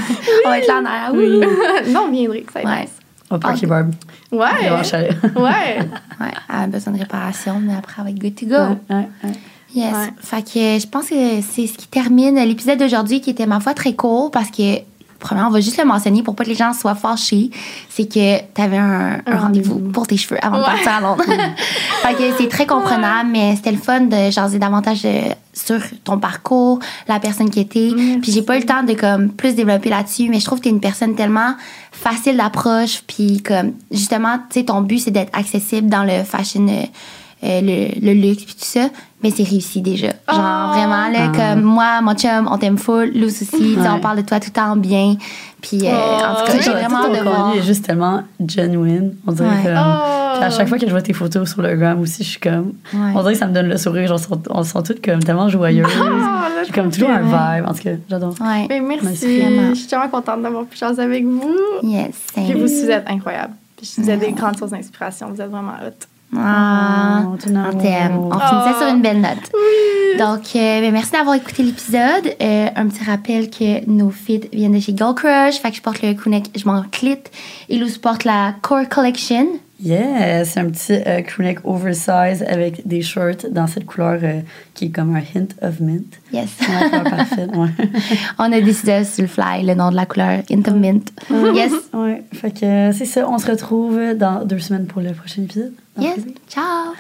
Speaker 3: On va être là en arrière, oui.
Speaker 1: non, vous viendrez, ça va
Speaker 3: Ouais.
Speaker 1: être
Speaker 2: On va parquer Barb.
Speaker 1: nice.
Speaker 2: On va au
Speaker 1: Ouais!
Speaker 2: chalet.
Speaker 1: Ouais!
Speaker 3: Ouais, elle a besoin de réparation, mais après, elle va être good to go.
Speaker 2: Ouais, ouais, ouais.
Speaker 3: Yes.
Speaker 1: Ouais.
Speaker 3: Fait que je pense que c'est ce qui termine l'épisode d'aujourd'hui qui était, ma foi, très court parce que, premièrement, on va juste le mentionner pour pas que les gens soient fâchés. C'est que t'avais un, un
Speaker 1: Un
Speaker 3: rendez-vous
Speaker 1: rendez-vous.
Speaker 3: pour tes cheveux avant de
Speaker 1: Ouais.
Speaker 3: partir à Londres. fait que c'est très comprenable, mais c'était le fun de jaser davantage euh, sur ton parcours, la personne qui était.
Speaker 1: Merci.
Speaker 3: Puis j'ai pas eu le temps de comme plus développer là-dessus, mais je trouve que t'es une personne tellement facile d'approche. Puis comme, justement, tu sais, ton but, c'est d'être accessible dans le fashion. euh, euh, le, le luxe puis tout ça, mais c'est réussi déjà. Genre
Speaker 1: Oh.
Speaker 3: vraiment là
Speaker 2: Ah.
Speaker 3: comme moi, mon chum, on t'aime full, Lou aussi, tu sais,
Speaker 2: Ouais.
Speaker 3: on parle de toi tout le temps bien. Puis euh, en tout
Speaker 1: Oh.
Speaker 3: cas, j'ai
Speaker 2: Genre,
Speaker 3: vraiment
Speaker 2: tout
Speaker 3: hâte
Speaker 2: ton
Speaker 3: de voir.
Speaker 2: colis est juste tellement genuine. On dirait
Speaker 3: Ouais.
Speaker 2: que,
Speaker 1: Oh.
Speaker 2: puis à chaque fois que je vois tes photos sur le gram aussi, je suis comme.
Speaker 3: Ouais.
Speaker 2: On dirait que ça me donne le sourire. Genre, on se sent- on se sent toutes comme tellement joyeuses.
Speaker 1: Ah, là, je
Speaker 2: J'ai comme toujours un vibe. En tout cas, j'adore.
Speaker 3: Ouais.
Speaker 1: Ben,
Speaker 2: Merci,
Speaker 1: merci.
Speaker 3: vraiment.
Speaker 1: Je suis tellement contente d'avoir pu chanter avec vous.
Speaker 3: Yes.
Speaker 1: Puis
Speaker 3: thanks.
Speaker 1: vous, vous êtes incroyables. Puis vous êtes des grandes sources d'inspiration. Vous êtes vraiment hot.
Speaker 3: Ah,
Speaker 2: Oh, ton amour.
Speaker 3: on t'aime. On finit ça
Speaker 1: Oh.
Speaker 3: sur une belle note. Donc, euh, ben, merci d'avoir écouté l'épisode. Euh, un petit rappel que nos fits viennent de chez Gold Crush. Fait que je porte le Kunek, je m'en clite. Et Lou se porte la Core Collection.
Speaker 2: Yeah, c'est un petit euh, crewneck oversize avec des shorts dans cette couleur euh, qui est comme un hint of mint.
Speaker 3: Yes.
Speaker 2: C'est la couleur parfaite, ouais.
Speaker 3: On a décidé sur le fly le nom de la couleur, Hint of Mint. Yes.
Speaker 2: Ouais, fait que euh, c'est ça. On se retrouve dans deux semaines pour le Ah, prochain épisode. Dans
Speaker 3: Yes.
Speaker 2: le privé.
Speaker 3: Ciao.